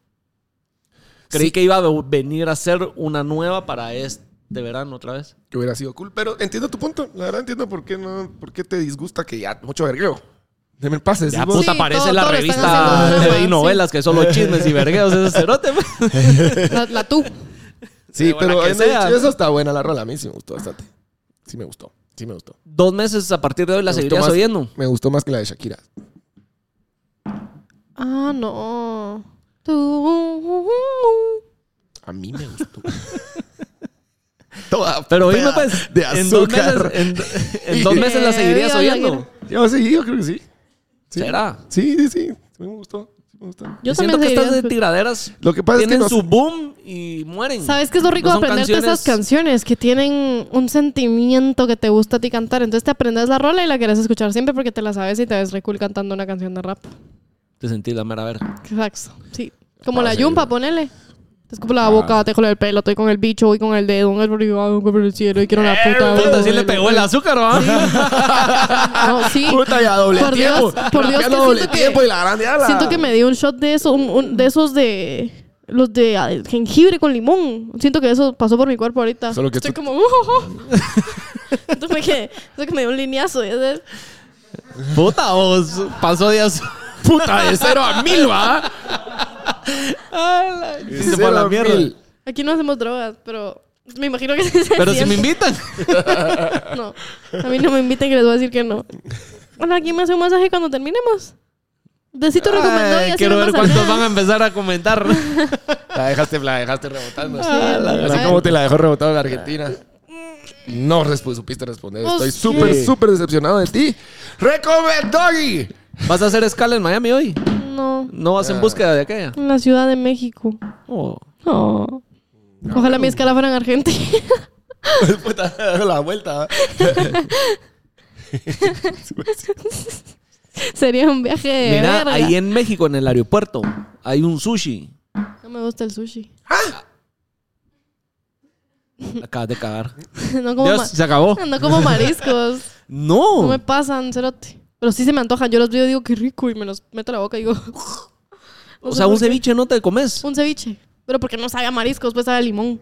Creí Sí. que iba a ve- venir a ser una nueva para este verano otra vez. Que hubiera sido cool. Pero entiendo tu punto. La verdad entiendo por qué, no, por qué te disgusta que ya... Mucho vergueo. Deme el pase. Ya, decís vos. puta, Sí, parece todo- la todo le están revista haciendo drama, TV y novelas, que solo chismes y vergueos, ese cerote. pues. man. La, la tú. Sí, buena pero que habiendo dicho sea. eso está buena la rola. A mí sí me gustó bastante. Sí me gustó. Sí me gustó. [laughs] Dos meses a partir de hoy la Me gustó seguirías más- oyendo. Me gustó más que la de Shakira. Ah, no. uh, Tú. A mí me [laughs] gustó. Toda Pero peda oíme, pues, de en dos azúcar. meses, en, en [laughs] dos meses la seguirías Eh, oyendo. Yo sí, yo creo que sí. Sí. ¿Será? Sí, sí, sí. Sí me gustó. Sí me gustó. Yo Siento también que seguiría estas de escuch- tiraderas Lo que pasa es que tienen no- su boom y mueren. ¿Sabes qué es lo rico No de son aprenderte esas canciones- canciones? Que tienen un sentimiento que te gusta a ti cantar. Entonces te aprendes la rola y la querés escuchar siempre porque te la sabes y te ves re cool cantando una canción de rap. Te sentí la mera verga. Exacto. Sí. Como Para la seguir. Ah. yumpa, ponele. Te escupo la boca, te jalo el pelo, estoy con el bicho, voy con el dedo, voy por arriba, voy por el cielo y quiero Eh, la puta. Puta, sí voy, le voy, pegó voy. el azúcar, ¿va? [laughs] No, sí. Puta, ya doble Por Dios, tiempo. por Dios Ya que doble siento que- tiempo y la grande ala. Siento que me dio un shot de eso, un- un- de esos de Los de ah, jengibre con limón. Siento que eso pasó por mi cuerpo ahorita. Solo que Estoy tú- como... "Uh, uh, uh". [laughs] Entonces me quedé- Eso que me dio un lineazo. ya sabes. [laughs] Puta, vos. Pasó de az- [laughs] Puta, de cero a mil, va. Y se fue a la mierda. Aquí no hacemos drogas, pero... Me imagino que [laughs] sí se Pero si me siente. invitan. No, a mí no me inviten que les voy a decir que no. Hola, ¿quién me hace un masaje cuando terminemos? Decito recomendó y Ay, así quiero lo ver masajean. cuántos van a empezar a [laughs] comentar. La dejaste, la dejaste rebotando. Ah, la Así verdad. como te la dejó rebotando en la Argentina. No resp- supiste responder. Oh, Estoy sí. súper, súper decepcionado de ti. ¡Recomendogui! ¿Vas a hacer escala en Miami hoy? No, ¿No Ah. vas en búsqueda de aquella? en la Ciudad de México. Oh. No. Ojalá mi escala fuera en Argentina. Puta, la vuelta. Sería un viaje de Mira, verga. ahí en México, en el aeropuerto, hay un sushi. No me gusta el sushi. Acabas de cagar. No como, Dios, ma- se acabó. no como mariscos. No No. me pasan, cerote. Pero sí se me antojan. Yo los veo y digo, qué rico. Y me los meto a la boca y digo... [laughs] No O sé sea, un por qué. ceviche no te comes. Un ceviche. Pero porque no sabe a mariscos, pues sabe a limón.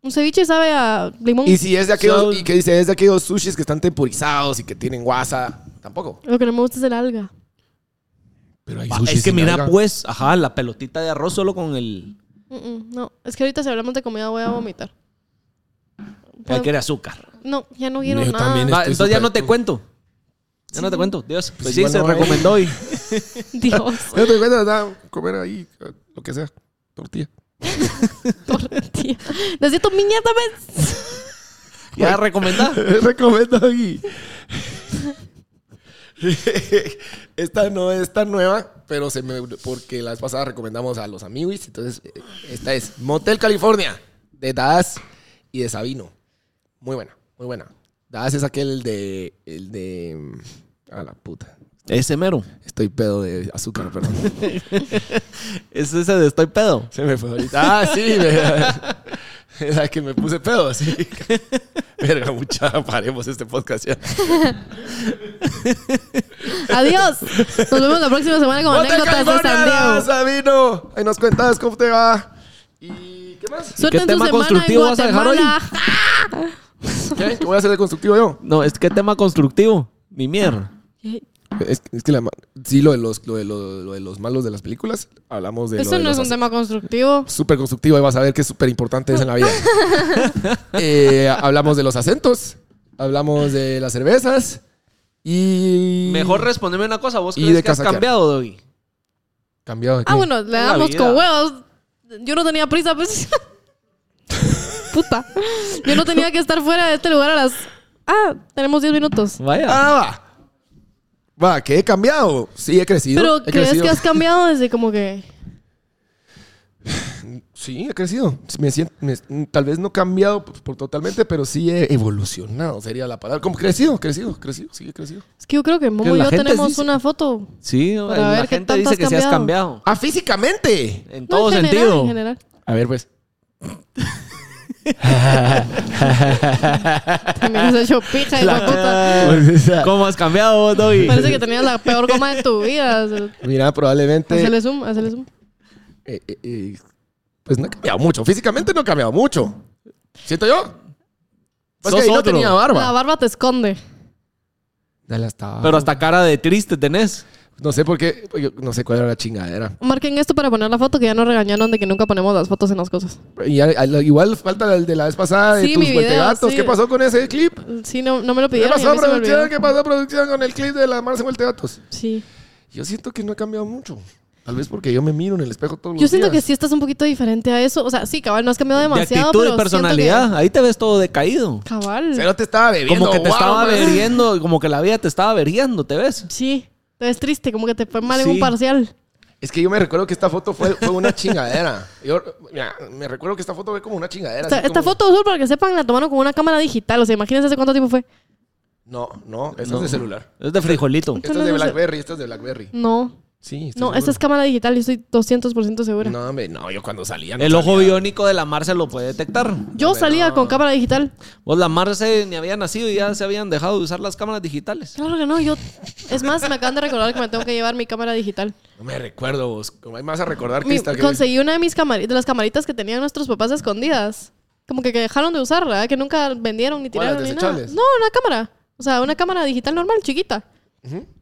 Un ceviche sabe a limón. Y si es de aquellos, So- y que dice, es de aquellos sushis que están temporizados y que tienen guasa. Tampoco. Lo que no me gusta es el alga. Pero hay Va, Ah, Es que mira, pues, ajá, la pelotita de arroz solo con el. Mm, mm, no, es que ahorita si hablamos de comida voy a vomitar. Hay que era azúcar. No, ya no quiero Yo nada. también. Va, Estoy entonces ya Este súper- no te cuento. Ya no te cuento. Dios. Pues sí, igual se no ¿eh? hay. recomendó hoy. [laughs] Dios. No te cuentas nada. Comer ahí, eh, lo que sea. [laughs] Tortilla. por ti. Necesito miñata, ¿ves? Ya [laughs] recomendá. Recomendogui. [laughs] esta no es tan nueva, pero se me. Porque la vez pasada recomendamos a los amigos. Entonces, eh, esta es Motel California de Dadas y de Sabino. Muy buena, muy buena. Dadas es aquel de. El de. mm, A la puta. Ese mero. Estoy pedo de azúcar, perdón. Es ese de estoy pedo. Se me fue ahorita. Ah, sí. me- [laughs] es la que me puse pedo, sí. [laughs] Verga, mucha. Paremos este podcast ya. Adiós. Nos vemos la próxima semana con ¡Ponte anécdotas de San California, Diego. Sabino! Ahí nos cuentas cómo te va. ¿Y qué más? Suerte ¿Qué en su tema semana en constructivo vas a dejar hoy? Guatemala. ¿Qué? ¿Qué voy a hacer de constructivo yo? No, es que tema constructivo. Mi mierda. Es, es que la ma- sí, lo de, los, lo, de, lo- lo de los malos de las películas, hablamos de. Eso no es un tema constructivo. Súper constructivo y vas a ver que es súper importante es en la [laughs] vida. Eh, hablamos de los acentos, hablamos de las cervezas y. Mejor respondeme una cosa. ¿Vos Y crees de que has casaquear. cambiado, Doggy? Cambiado de Ah, qué? bueno, le la damos vida. con huevos. Yo no tenía prisa, [laughs] pues. Puta. Yo no tenía que estar fuera de este lugar a las. Ah, tenemos 10 minutos. Vaya. Ah, va. Va, que he cambiado. Sí, he crecido. Pero he ¿crees crecido. que has cambiado desde como que. Sí, he crecido. Me siento, me- tal vez no he cambiado pues, por, por totalmente, pero sí he evolucionado, sería la palabra. Como crecido, crecido, crecido, sí he crecido. Es que yo creo que Momo Que y la yo gente tenemos dice- una foto. Sí, Para la ver qué gente tanto dice que has sí has cambiado. cambiado. ¡Ah, físicamente! En No, todo en general, sentido. En general. A ver, pues. También has hecho [laughs] pija y puta. [laughs] ¿Cómo has cambiado vos, Doggy? Parece que tenías la peor goma de tu vida. o sea, [laughs] Mira, probablemente. Hacele zoom, hacele zoom. eh, eh, eh, pues no he cambiado mucho. Físicamente no he cambiado mucho. ¿Siento yo? Pues Sos que ahí no otro. tenía La barba. barba te esconde. Dale hasta. Pero hasta cara de triste tenés. No sé por qué. yo No sé cuál era la chingadera. Marquen esto para poner la foto que ya nos regañaron de que nunca ponemos las fotos en las cosas. Y al- al- igual falta el de la vez pasada de Sí, tus mi video, gatos. sí. ¿Qué pasó con ese clip? Sí, no, no me lo ¿Qué pidieron. y a pasó, mí se me olvidó. producción? ¿Qué pasó, producción, con el clip de la Marce Gatos? Sí. Yo siento que no he cambiado mucho. Tal vez porque yo me miro en el espejo todos los Yo siento que días. sí estás un poquito diferente a eso. O sea, sí, cabal, no has cambiado De demasiado. actitud pero y siento personalidad. Ahí te ves todo decaído. que- cabal. Pero te estaba bebiendo. Como que te guau, estaba man. averiendo, como que la vida te estaba averiando, ¿te ves? Sí. Te ves triste, como que te fue mal en un Sí. parcial. Es que yo me recuerdo que esta foto fue, fue una chingadera. Yo, mira, me recuerdo que esta foto fue como una chingadera. Esta, así esta como- foto azul, para que sepan, la tomaron con una cámara digital. O sea, imagínense hace cuánto tiempo fue. No, no, esta No. es de celular. Es de frijolito. Esta es de Blackberry, esta es de Blackberry. No. Sí. estoy Mm. No, esta es seguro. cámara digital, yo estoy 200% segura. No, hombre, no, yo cuando salía. no El ojo salía. biónico de la Marce lo puede detectar. Yo salía con cámara digital. Vos, la Marce ni había nacido y ya se habían dejado de usar las cámaras digitales. Claro que no, yo. Es más, me acaban de recordar que me tengo que llevar mi cámara digital. No me recuerdo vos. Como ahí me vas a recordar que Mi- esta que- conseguí una de mis camaritas, de las camaritas que tenían nuestros papás escondidas. Como que, que dejaron de usarla, ¿verdad? que nunca vendieron ni ¿Cuál, las tiraron ni nada. No, desechables? una cámara. O sea, una cámara digital normal, chiquita.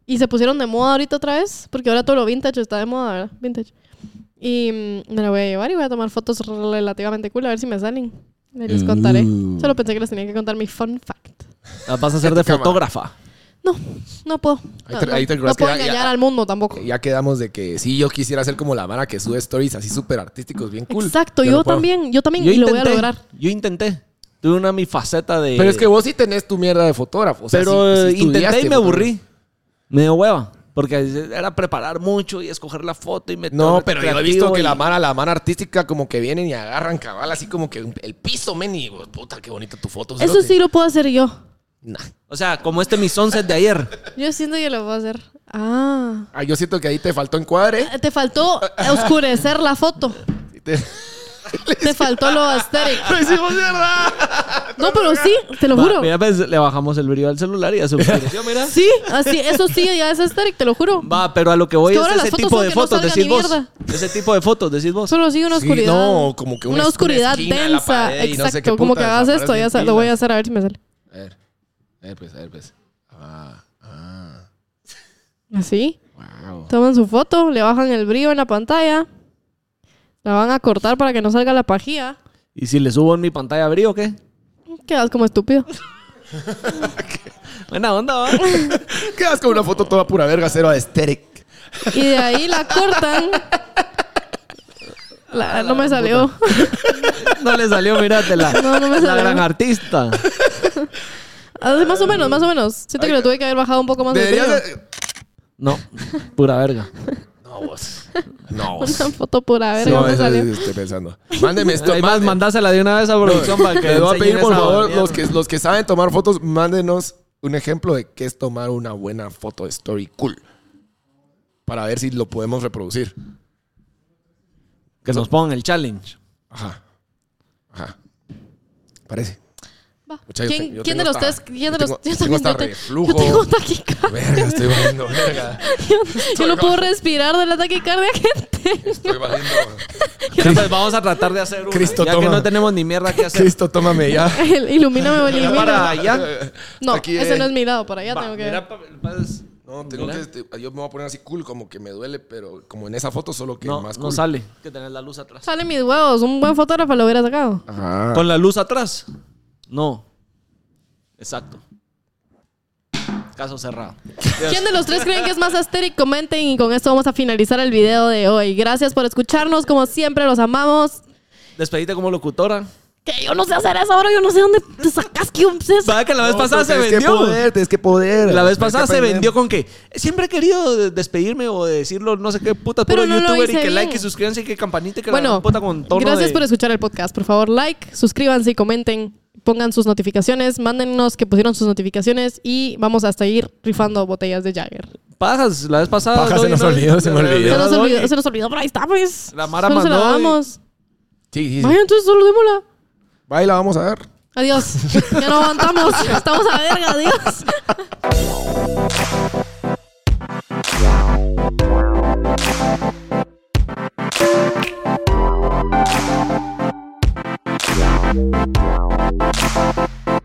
Y se pusieron de moda ahorita otra vez, porque ahora todo lo vintage está de moda, ¿verdad? Vintage. Y mm, me la voy a llevar y voy a tomar fotos relativamente cool, a ver si me salen. Ahí Les contaré. Uh. Mm. Solo pensé que les tenía que contar mi fun fact. Las vas a hacer de fotógrafa. No, no puedo. Ahí No, te- no, ahí te no acuerdas que puedo ya- ya- engañar al mundo tampoco. Ya quedamos de que sí, yo quisiera ser como la vara que sube stories así súper artísticos, bien cool. Exacto, Yo yo, no puedo. también, yo también Yo y lo voy a intenté. lograr. Yo intenté. Tuve una mi faceta de. Pero es que vos sí tenés tu mierda de fotógrafo. o sea, Pero sí- sí eh, intenté estudiaste y me aburrí. fotografía. Me dio hueva. Porque era preparar mucho y escoger la foto y meter. No, pero yo he visto creativo que y- la mara, la mara artística, como que vienen y agarran cabal, así como que un- el piso, men, y vos, puta, qué bonita tu foto. Eso cerote. sí lo puedo hacer yo. Nah. O sea, como este mis 11 de ayer. Yo siento que lo puedo hacer. Ah. Ah, yo siento que ahí te faltó encuadre. Te faltó oscurecer la foto. Te- Te faltó lo aesthetic. ¡Lo hicimos mierda! No, pero sí, te lo [laughs] juro. Mira, pues, le bajamos el brillo al celular y [laughs] ya se oscureció, mira. Sí, así, eso sí, ya es aesthetic, te lo juro. Va, pero a lo que voy Es que es, ahora las ese fotos tipo son de que no fotos, salgan decís ni vos. mierda. Ese tipo de fotos, decís vos. Solo sí una Sí, oscuridad. no, como que una- una una oscuridad esquina en la densa. pared y no sé qué Exacto, como que putas, hagas aparecen esto, ya sa- lo pilas. voy a hacer a ver si me sale. A ver, a Eh, ver, pues, a ver, pues. Ah, ah, Así. wow. Toman su foto, le bajan el brillo en la pantalla. La van a cortar para que no salga la pajía. ¿Y si le subo en mi pantalla brillo qué? Quedas como estúpido. Buena onda, ¿va? [laughs] [laughs] Quedas con una foto toda pura verga, cero aesthetic. Y de ahí la cortan. La- no me salió. [laughs] No le salió, míratela. No, no me La salió. gran artista. Ah, Más o menos, más o menos. Siento que lo tuve que haber bajado un poco más. de Deberías brillo. de- No, pura verga. No, [laughs] vos. No, vos. [laughs] Una foto pura verga No, me eso salió. estoy pensando. Mándeme esto. Además, mande- mandásela de una vez a producción para que Les voy a enseñen pedir, por esa favor, mierda. los que, los que saben tomar fotos, mándenos un ejemplo de qué es tomar una buena foto de story cool. Para ver si lo podemos reproducir. Que nos pongan el [laughs] challenge. Ajá. Ajá. Parece. Va. Mucha, yo ¿Quién, tengo- yo quién de tengo los tres? hasta- ¿Quién de yo los tengo- tengo yo hasta te- reflujo. Yo tengo taquicardia. Verga, estoy valiendo, verga. [laughs] Yo no puedo respirar de la taquicardia [laughs] que tengo. Estoy valiendo. Entonces, pues, vamos a tratar de hacer una. Cristo, ya que toma. no tenemos ni mierda que hacer. Cristo, tómame ya. El- Ilumíname o Mira para elimina. [laughs] allá. No, Aquí, ese eh. no es mi lado, por allá Va, tengo que mira pa- pues, No, tengo que. este, Yo me voy a poner así cool, como que me duele, pero como en esa foto, solo que no, más no cool. sale. Que tenés la luz atrás. Salen mis huevos, un buen fotógrafo lo hubiera sacado. Ajá. ¿Con la luz atrás? No. Exacto. Caso cerrado. ¿Quién de los tres creen que es más asteric? Comenten y con esto vamos a finalizar el video de hoy. Gracias por escucharnos, como siempre, los amamos. Despedite como locutora. Que yo no sé hacer eso ahora, yo no sé dónde te sacas que un es ¿Sabes que la vez No, pasada pero se tienes vendió? que poder, tienes que poder. La Tienes vez que pasada se aprender. vendió con que siempre he querido de- despedirme o decirlo no sé qué puta Pero puro no lo youtuber y hice que like y bien. suscríbanse y que campanita y que la Bueno, gran puta con tono gracias de- por escuchar el podcast. Por favor, like, suscríbanse y comenten. Pongan sus notificaciones, mándennos que pusieron sus notificaciones y vamos a seguir rifando botellas de Jagger. Pajas, la vez pasada. Pajas, se Doggy, nos no- olvidó, se me olvidó. Se Ya, nos, Doggy. olvidó, se nos olvidó, pero ahí está, pues. La Mara Solo se la mandó y- damos. Sí, sí, sí. Vaya, entonces solo démosla. Baila, vamos a ver. Adiós. [laughs] Ya no aguantamos. Estamos a verga. Adiós.